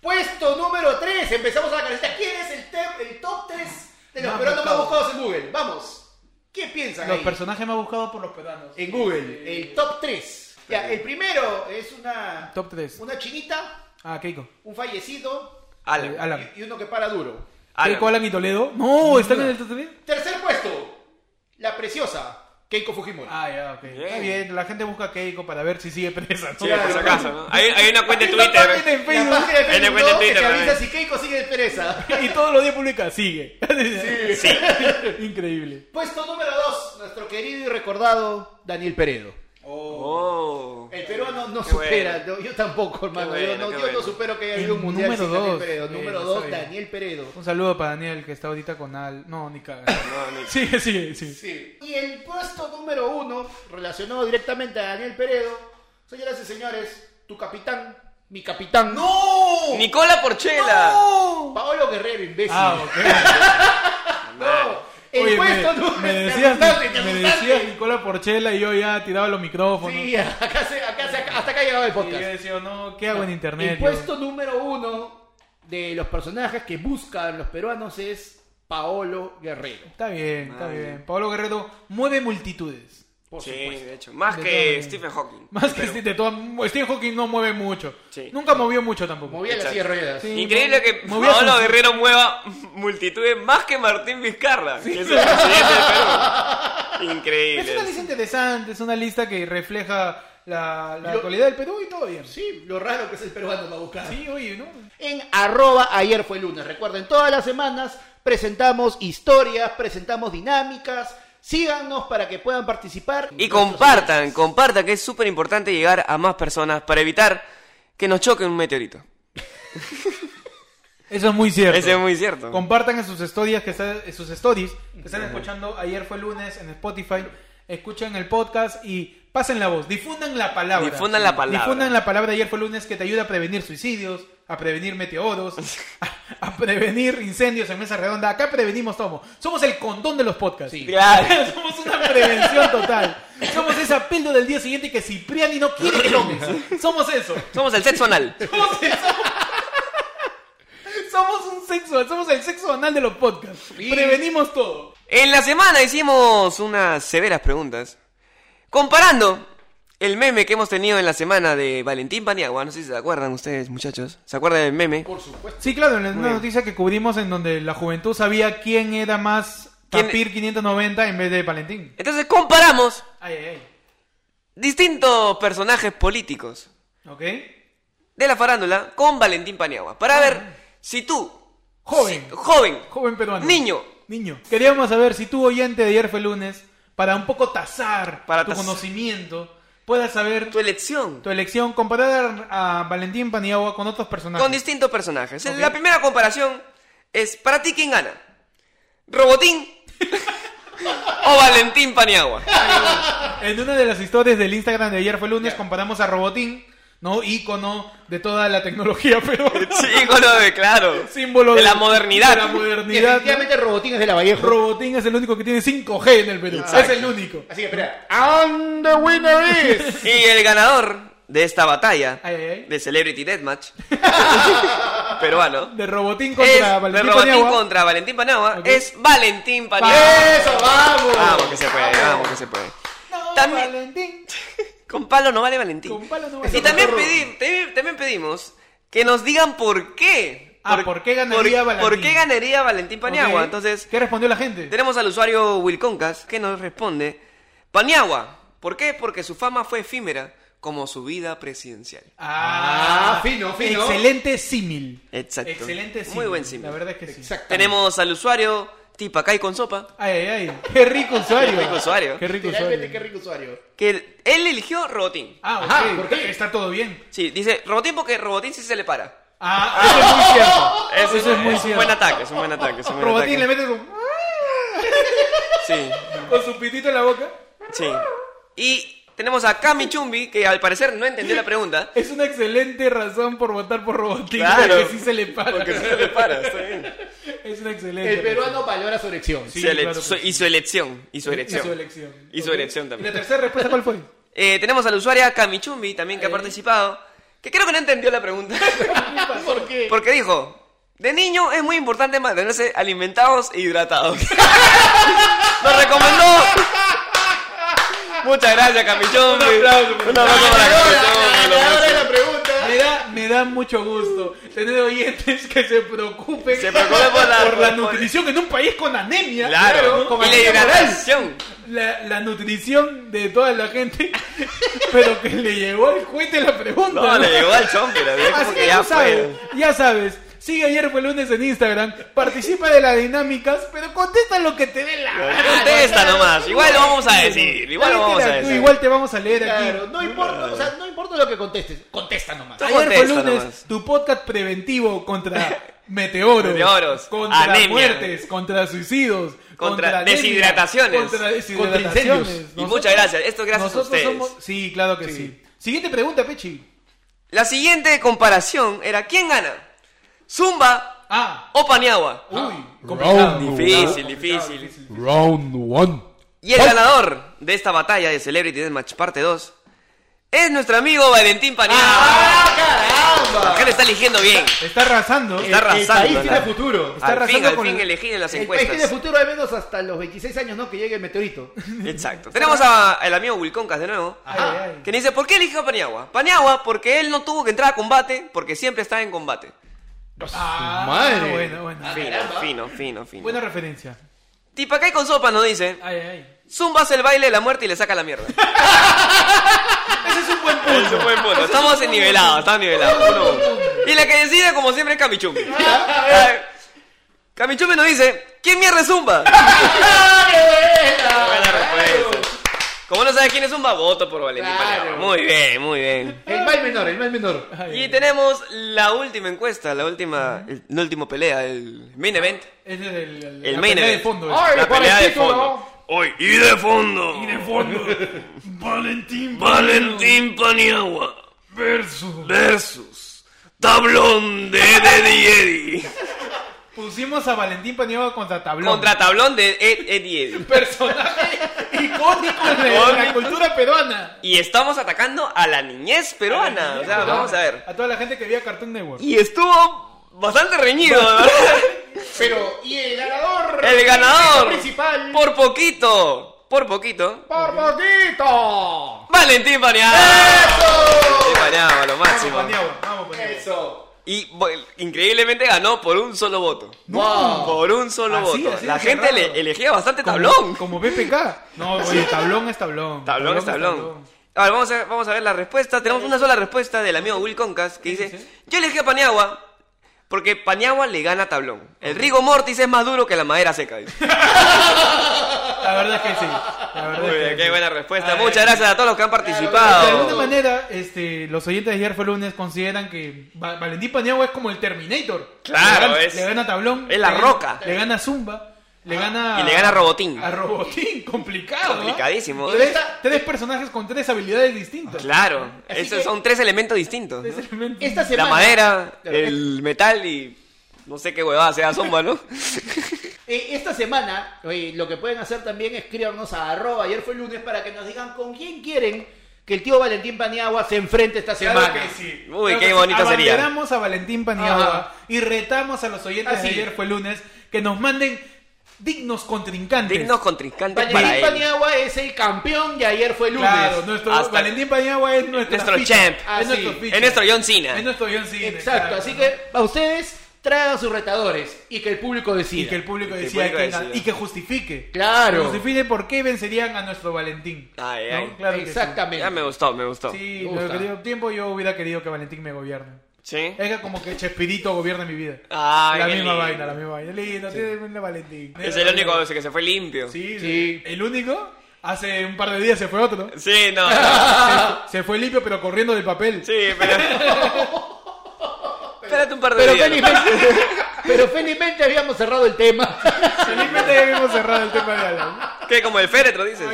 C: Puesto número 3, empezamos a la caleta. ¿Quién es el, te- el top 3 de los
A: Más
C: peruanos más
A: buscados.
C: buscados en Google? Vamos. ¿Qué piensan
A: Los
C: ahí?
A: personajes más buscados por los peruanos.
B: Eh.
C: en Google, el top 3. Ya, el primero es una,
A: Top 3.
C: una chinita,
A: Ah, Keiko.
C: un fallecido
A: Eh,
B: Alan.
A: Alan.
C: y, y uno que para duro.
B: Alan.
A: Keiko, Alan y Toledo. No, ¿están en el top 3?
C: Tercer puesto, la preciosa Keiko Fujimori.
A: Ah, ya, ok. Está bien, la gente busca a Keiko para ver si sigue presa. ¿no?
B: Sí,
C: Claro.
B: por si acaso, ¿no? Hay, hay una cuenta de
A: Hay una página
B: Twitter.
A: en
C: la
A: Facebook.
C: página <laughs> de
B: En el
C: Facebook
B: cuenta de
C: ¿no? que te
B: Twitter,
C: avisa
B: ¿no?
C: si Keiko sigue presa.
A: Y todos los días publica, sigue.
B: Sí.
A: Increíble.
C: <laughs> Puesto número 2, nuestro querido y recordado Daniel Peredo.
B: Oh.
C: El peruano no
B: Qué
C: supera, no, yo tampoco, hermano.
B: Qué
C: yo no,
B: bueno, qué
C: yo no
B: bueno.
C: supero que haya
A: El
C: habido un mundial
A: número
C: sin Daniel
A: dos.
C: Peredo.
A: Sí,
C: número
A: lo
C: 2,
A: sabía.
C: Daniel Peredo.
A: Un saludo para Daniel que está ahorita con Al. No, ni caga.
B: No, ni-
A: Sigue, sigue, sigue.
C: Sí. Y el puesto número 1, relacionado directamente a Daniel Peredo, señoras y señores, tu capitán, mi capitán.
A: ¡No!
B: Nicola Porchela.
A: ¡No!
C: Paolo Guerrero, imbécil.
A: Ah, ok.
C: No, el
A: Oye,
C: puesto
A: me,
C: número
A: me
C: te
A: decías,
C: asustaste, te
A: me
C: asustaste.
A: decías Nicola Porchela y yo ya tiraba los micrófonos.
C: Sí, <laughs> acá se- acá se- hasta acá ha llegado el
A: Y
C: podcast.
A: yo decía, no, ¿qué hago en
C: El
A: internet?
C: puesto número uno de los personajes que buscan los peruanos es Paolo Guerrero.
A: Está bien, está
B: Madre.
A: bien. Pablo Guerrero mueve multitudes.
C: Por
B: sí,
C: supuesto.
B: de hecho. Más
A: De
B: que
A: todo. eh.
B: Stephen Hawking.
A: Más que
B: Pero-
A: Steve- de todas. Steve Hawking no mueve mucho.
B: Sí.
A: Nunca movió mucho tampoco.
C: Movía las
B: Exacto.
C: sillas de ruedas.
A: Sí.
B: Increíble que
A: Movía
B: Paolo
A: sus-
B: Guerrero mueva <laughs> multitudes más que Martín Vizcarra, que es el presidente del Perú.
A: Es
B: Increíble.
A: una lista interesante, es una lista que refleja la, la
C: Yo-
A: actualidad del Perú y todo bien.
C: Sí, lo raro que es el peruano para buscar.
A: Sí, oye, ¿no?
C: En arroba ayer fue lunes. Recuerden, todas las semanas presentamos historias, presentamos dinámicas. Síganos para que puedan participar.
B: Y compartan, compartan, que es súper importante llegar a más personas para evitar que nos choque un meteorito.
A: Eso es muy cierto.
B: Eso es muy cierto.
A: Compartan en sus stories que están, en sus stories que están escuchando. Ayer fue lunes en Spotify. Escuchen el podcast y pasen la voz. Difundan la palabra.
B: Difundan la palabra.
A: Difundan la palabra. Ayer fue lunes que te ayuda a prevenir suicidios, a prevenir
B: <laughs>
A: meteoros, a, a prevenir incendios en mesa redonda. Acá prevenimos todo. Somos el condón de los podcasts.
C: Sí.
B: <laughs> Claro.
A: Somos una prevención total. Somos esa píldora del día siguiente que Cipriani no quiere que tomes. Somos eso.
B: Somos el sexo anal.
A: Somos un sexo, somos el sexo anal de los podcasts. Prevenimos todo.
B: En la semana hicimos unas severas preguntas. Comparando el meme que hemos tenido en la semana de Valentín Paniagua. No sé si se acuerdan ustedes, muchachos. ¿Se acuerdan del meme?
C: Por supuesto.
A: Sí, claro, en una
B: bien.
A: noticia que cubrimos en donde la juventud sabía quién era más
B: ¿Quién- e-
A: Tapir 590 en vez de Valentín.
B: Entonces comparamos
A: Ay, ay, ay.
B: distintos personajes políticos
A: ¿Ok?
B: de la farándula con Valentín Paniagua.
A: Ah.
B: Para ver si tú,
A: Joven.
B: si- joven,
A: Joven peruano.
B: niño,
A: Niño. Queríamos saber si tu oyente de ayer fue lunes, para un poco tasar
B: Para
A: tu
B: tas-
A: conocimiento, puedas saber
B: tu elección
A: tu elección comparada a Valentín Paniagua con otros personajes.
B: con distintos personajes.
A: Ok.
B: La primera comparación es, ¿para ti quién gana?
A: <laughs>
B: ¿Robotín o Valentín Paniagua?
A: En una de las historias del Instagram de ayer fue lunes, comparamos a Robotín, ¿no? Ícono de toda la tecnología <laughs> peruana.
B: <laughs> Sí, ícono de, claro.
A: Símbolo
B: de, la modernidad.
A: De la modernidad.
C: Definitivamente Robotín es de la
A: ¿no?
C: Vallejo.
A: Robotín es el único que tiene 5G en el Perú.
B: Exacto.
A: Es el único.
C: Así que espera. And the winner is.
B: Y el ganador de esta batalla
A: Ay, ay, ay.
B: de
A: <laughs>
B: Celebrity Deathmatch peruano
A: De Robotín
B: es
A: contra
B: de
A: Valentín
B: Robotín
A: Paniagua.
B: contra Valentín Paniagua
A: Ok.
B: es Valentín Paniagua.
C: Eso, vamos.
B: Vamos que Ah, se puede, vamos que se puede.
A: No,
B: También-
A: Valentín.
B: Con palo no vale Valentín.
A: Con palo no
B: Y
A: vale.
B: también,
C: Zorro.
B: pedí- te- también pedimos que nos digan por qué.
A: Ah, ¿por qué ganaría
B: por- ¿Por
A: Valentín?
B: qué ganaría Valentín Paniagua?
A: Ok.
B: Entonces,
A: ¿Qué respondió la gente?
B: tenemos al usuario Wilconcas que nos responde: Paniagua, ¿por qué? Porque su fama fue efímera como su vida presidencial.
A: Ah,
C: Ah, fino, fino.
A: Excelente símil.
B: Exacto.
A: Excelente símil.
B: Muy buen símil.
A: La verdad es que sí.
C: Exacto.
B: Tenemos al usuario Tipacay con sopa,
A: Ay, ay, ay. Qué rico usuario.
B: Qué rico usuario.
A: Qué rico
C: Literalmente, qué
A: usuario.
C: rico usuario.
B: que él eligió Robotín.
A: Ah, ok.
C: Ajá, ¿por qué?
A: Está todo bien.
B: Sí, dice Robotín porque Robotín sí se le para.
A: Ah, eso es muy cierto.
B: Eso,
A: Eso es muy
B: un
A: cierto.
B: buen ataque, es un buen ataque. Es un buen
A: Robotín le
B: ataque.
A: mete con,
B: Sí,
A: con su pitito en la boca.
B: sí. Y tenemos a Cami Chumbi, que al parecer no entendió la pregunta.
A: Es una excelente razón por votar por Robotín.
B: Claro.
A: Porque sí se le para.
B: Porque sí se le para, está bien.
A: Es una excelente.
C: El peruano valora su elección. <laughs>
A: Sí,
B: Su ele-
A: claro que
B: su-
A: sí.
B: Y su elección. Y su
A: Y su
B: elección.
A: elección.
B: Y su
A: Ok.
B: elección también.
A: ¿Y la tercera respuesta cuál fue?
B: Eh, tenemos a la usuaria Cami Chumbi, también que ha
A: Eh.
B: participado, que creo que no entendió la pregunta.
C: ¿Por qué?
B: Porque dijo, de niño es muy importante mantenerse alimentados e hidratados. Nos recomendó. Muchas gracias, Camichón. Un aplauso, para Camichón.
C: Ahora, ahora es la
A: Me
C: pregunta.
A: da, me da mucho gusto tener oyentes que se preocupen,
B: Se preocupen por la-
A: por la
B: por-
A: nutrición en un país con anemia.
B: Claro,
A: con
B: y la
A: anemia moral.
B: hidratación.
A: la, la nutrición de toda la gente, pero que le llegó al cohete la pregunta.
B: No, le llegó al chompe, la verdad, como
A: Así
B: que
A: que
B: ya
A: ya
B: fue.
A: sabes, ya sabes. Sigue ayer fue lunes en Instagram, participa de las dinámicas, pero contesta lo que te dé la gana.
B: Contesta nomás, igual lo vamos a decir, igual lo
A: Ahí te
B: vamos
A: la-
B: a
A: tú
B: decir.
A: Igual te vamos a leer
C: Claro,
A: aquí.
C: no importa, o sea, no importa lo que contestes, contesta nomás.
B: Tú
A: Ayer fue
B: contesta
A: lunes,
B: nomás.
A: tu podcast preventivo
B: <laughs>
A: contra meteoros,
B: Meteoros,
A: contra
B: anemia.
A: muertes, contra suicidios,
B: Contra
A: anemia,
B: deshidrataciones.
A: contra
C: Contra incendios.
A: deshidrataciones.
C: Y
B: Y muchas gracias, esto es gracias a
A: Nosotros
B: ustedes.
A: somos- Sí, claro que sí. Siguiente pregunta, Pechi.
B: La siguiente comparación era, ¿quién gana? ¿Zumba
A: Ah,
B: o Paniagua?
A: uy, complicado.
D: Round
B: Difícil, difícil.
D: Round one.
B: Y el ganador de esta batalla de Celebrity Deathmatch parte 2 es nuestro amigo Valentín Paniagua.
C: Ah, caramba!
B: Acá le está eligiendo bien.
A: Está arrasando.
B: Está
C: el
B: arrasando.
C: país tiene
B: ¿verdad?
C: futuro.
A: está
B: Al fin,
A: arrasando
B: al
A: con
B: fin
A: el-
B: elegí en las
C: El país tiene
B: encuestas.
C: futuro al menos hasta los 26 años, ¿no? Que llegue el <laughs> meteorito.
B: Exacto. Tenemos a- al amigo Wilconcas de nuevo.
A: Ay, ay, ay.
B: Que dice, ¿por qué eligió a Paniagua? Paniagua porque él no tuvo que entrar a combate porque siempre estaba en combate.
A: Ah,
C: madre.
A: Bueno, bueno.
B: Fino,
C: Ah, caramba.
B: fino, fino, fino.
A: Buena referencia.
B: Tipacay con sopa nos dice,
A: Ay, ay.
B: Zumba hace el baile de la muerte y le saca la mierda.
A: <laughs> Ese es un buen punto.
B: Estamos en nivelado, estamos nivelados. uno a uno. Y la que decide, como siempre,
A: <laughs>
B: es Camichumbi.
A: Ah,
B: Camichumbi nos dice, ¿quién mierda es Zumba? Buena respuesta. Como no sabes quién es Zumba, voto por Valentín
C: Claro.
B: Paniagua. Muy bien, muy bien.
C: El mal menor, el mal menor.
B: Y tenemos la última encuesta, la última, el- la última pelea, el main event.
A: Ese es el, el,
B: El
A: la
B: main
A: pelea de
B: event.
A: fondo. eh.
C: Ay,
B: La
C: por el
B: pelea de
C: título.
B: fondo. Hoy, y de fondo.
A: Y de
B: <laughs>
A: fondo. Valentín.
B: Valentín Paniagua.
A: Versus.
B: versus Tablón de Eddie Eddy.
A: Pusimos a Valentín Paniagua contra Tablón.
B: <laughs> Contra Tablón de Ed- Eddie Eddy. <laughs>
A: personaje icónico de la cultura peruana.
B: Y estamos atacando a la niñez peruana. Ah, O sea, vamos a ver.
A: A toda la gente que veía Cartoon Network.
B: Y estuvo bastante reñido,
A: <laughs>
B: ¿verdad?
C: Pero, ¿y el ganador?
B: El ganador.
C: principal.
B: Por
C: Por,
B: poquito. Por poquito.
C: poquito.
B: Valentín Paniagua. Valentín Paniagua, lo
A: Vamos,
B: máximo.
A: Paniagua. Vamos, Paniagua.
C: Eso.
B: Y bueno, increíblemente ganó por un solo voto.
C: Wow.
B: Por un solo
A: Así,
B: voto.
A: así
B: la
A: de
B: gente
A: cerrado.
B: le- elegía bastante tablón.
A: Como BPK.
B: <laughs>
A: No, oye, tablón es tablón.
B: Tablón es tablón. Ahora vamos a, vamos a ver la respuesta. Tenemos una sola respuesta del amigo Will Concas que dice: Yo elegí a Paniagua porque Paniagua le gana a Tablón. El Rigo Mortis es más duro que la madera seca. dice.
A: La verdad es que sí. La verdad
B: Muy
A: es que
B: bien,
A: sí. Ah,
B: qué buena respuesta.
A: Ay.
B: Muchas gracias a todos los que han
A: De
B: participado.
A: alguna manera, este, los oyentes de ayer fue lunes consideran que Va- Valentín Paniagua es como el Terminator.
B: Claro,
A: le gana,
B: es-
A: le gana Tablón.
B: es la
A: le gana-
B: roca.
A: Le gana Zumba. Le gana.
B: Y le gana a Robotín.
A: A Robotín, <laughs> complicado. ¿ah?
B: Complicadísimo. Ah,
A: Tres, tres personajes con tres habilidades distintas.
B: Claro,
C: Así
B: esos
C: que-
B: son tres elementos distintos.
A: Tres
B: ¿no?
A: elementos.
C: Esta
B: La
C: semana,
B: madera, el metal y no sé qué huevada sea
A: <laughs>
B: zumba, ¿no?
C: eh, esta semana, oye, lo que pueden hacer también es escribirnos a arroba ayer fue lunes para que nos digan con quién quieren que el tío Valentín Paniagua se enfrente esta
A: Claro
C: semana.
A: que sí.
B: Uy,
A: Claro
B: qué
A: que sí.
B: bonito sería.
A: Abanderamos a Valentín Paniagua
C: Ajá.
A: y retamos a los oyentes
C: Así.
A: de ayer fue lunes que nos manden dignos contrincantes.
B: Dignos contrincantes para
C: Valentín
B: él.
C: Paniagua es el campeón y ayer fue lunes.
A: Claro, nuestro
B: Hasta-
A: Valentín Paniagua es nuestro
B: Nuestro champ.
A: Es nuestro
C: Así.
A: ficha.
B: Es nuestro John Cena.
A: Es nuestro John Cena,
C: Exacto,
A: claro.
C: así que a ustedes traigan sus retadores y que el público decida.
A: y que el público
B: Y que el
A: decida
B: público
A: quién gana.
B: decida.
A: y que justifique.
C: Claro.
A: Que justifique por qué vencerían a nuestro Valentín.
B: Ay,
A: ¿No?
B: ay.
A: Claro que sí.
C: Exactamente.
B: Ya me gustó, me gustó. Sí.
A: Sí,
C: Me
A: lo
C: gusta.
A: que digo, tiempo yo hubiera querido que Valentín me gobierne. Es que como que Chespirito gobierna mi vida.
B: Ay,
A: la
B: qué
A: misma
B: lindo.
A: vaina, la misma vaina. Lindo, tiene Valentín.
B: Es el único que se fue limpio.
A: Sí,
B: Sí,
C: Sí.
A: el único. Hace un par de días se fue
B: <laughs>
A: otro.
B: no. no.
A: Se fue limpio, pero corriendo del papel.
B: Sí,
A: <laughs>
B: pero. Espérate un par de
C: Pero
B: días. ¿no?
C: felizmente, <laughs> pero felizmente habíamente habíamos cerrado
A: <laughs>
C: el tema.
A: Felizmente ya hemos cerrado el tema de Alan.
B: ¿Qué? Como el féretro, dices.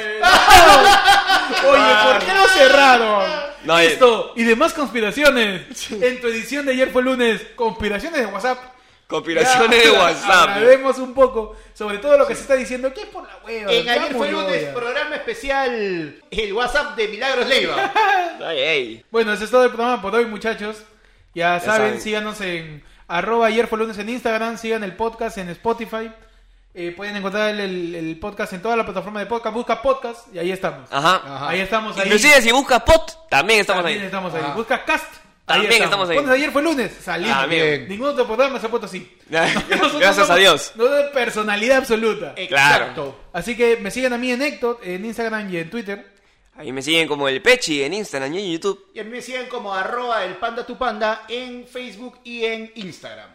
A: Oye, ¿por qué lo cerraron?
B: No, eh.
A: Esto y demás conspiraciones. En tu edición de ayer fue lunes, conspiraciones de WhatsApp.
B: Conspiraciones de
A: Ya,
B: WhatsApp.
A: Hablaremos un poco sobre todo lo que se está diciendo. ¿Qué es por la hueva?
C: En
A: Ya
C: ayer fue
A: murió
C: lunes,
A: ya.
C: programa especial, el WhatsApp de Milagros Leiva.
A: Ah,
B: Ay, ay.
A: Bueno, ese es todo el programa por hoy, muchachos. Ya,
B: Ya
A: saben,
B: saben.
A: síganos en arroba ayer fue lunes en Instagram, sigan el podcast en Spotify. Eh, pueden encontrar el, el- el podcast en toda la plataforma de podcast. Busca podcast y ahí estamos.
B: Ajá.
C: Ajá.
A: Ahí estamos. Ahí.
B: Ah. Inclusive si buscas pot, también estamos
A: También
B: ahí.
A: estamos ahí.
C: Ah.
A: Busca cast.
B: También estamos ahí.
A: Pones ayer fue lunes. Salimos.
B: Ah, bien.
A: Ningún otro programa se ha puesto <laughs> así. Nosotros
B: <laughs> Gracias a
A: somos-
B: Dios.
A: No de personalidad absoluta.
B: Claro.
C: Exacto.
A: Así que me siguen a mí en Héctor, en Instagram y en Twitter.
B: Ahí me siguen como el Pechi en Instagram y en YouTube.
C: Y a mí me siguen como arroba el panda tu panda en Facebook y en Instagram.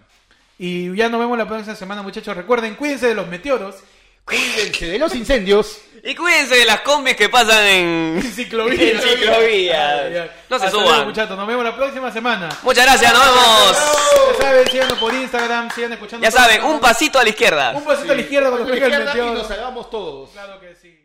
A: Y ya nos vemos la próxima semana, muchachos. Recuerden, cuídense de los <laughs> meteoros.
C: Cuídense de <laughs> los incendios.
B: Y cuídense de las combis que pasan en...
A: <laughs> Ciclovía.
B: En ciclovía.
A: Ay, ay.
B: No se
A: Hasta
B: suban.
A: luego, muchachos. Nos vemos la próxima semana.
B: Muchas gracias, nos vemos.
A: Ya saben, síganos por Instagram, sigan escuchando.
B: Ya
A: todos
B: saben,
A: los
B: un
A: programas.
B: pasito a la izquierda.
A: Un pasito <laughs> a la izquierda cuando
C: Con la
A: pega el
C: izquierda y
A: meteoro.
C: nos salvamos todos.
A: Claro que sí.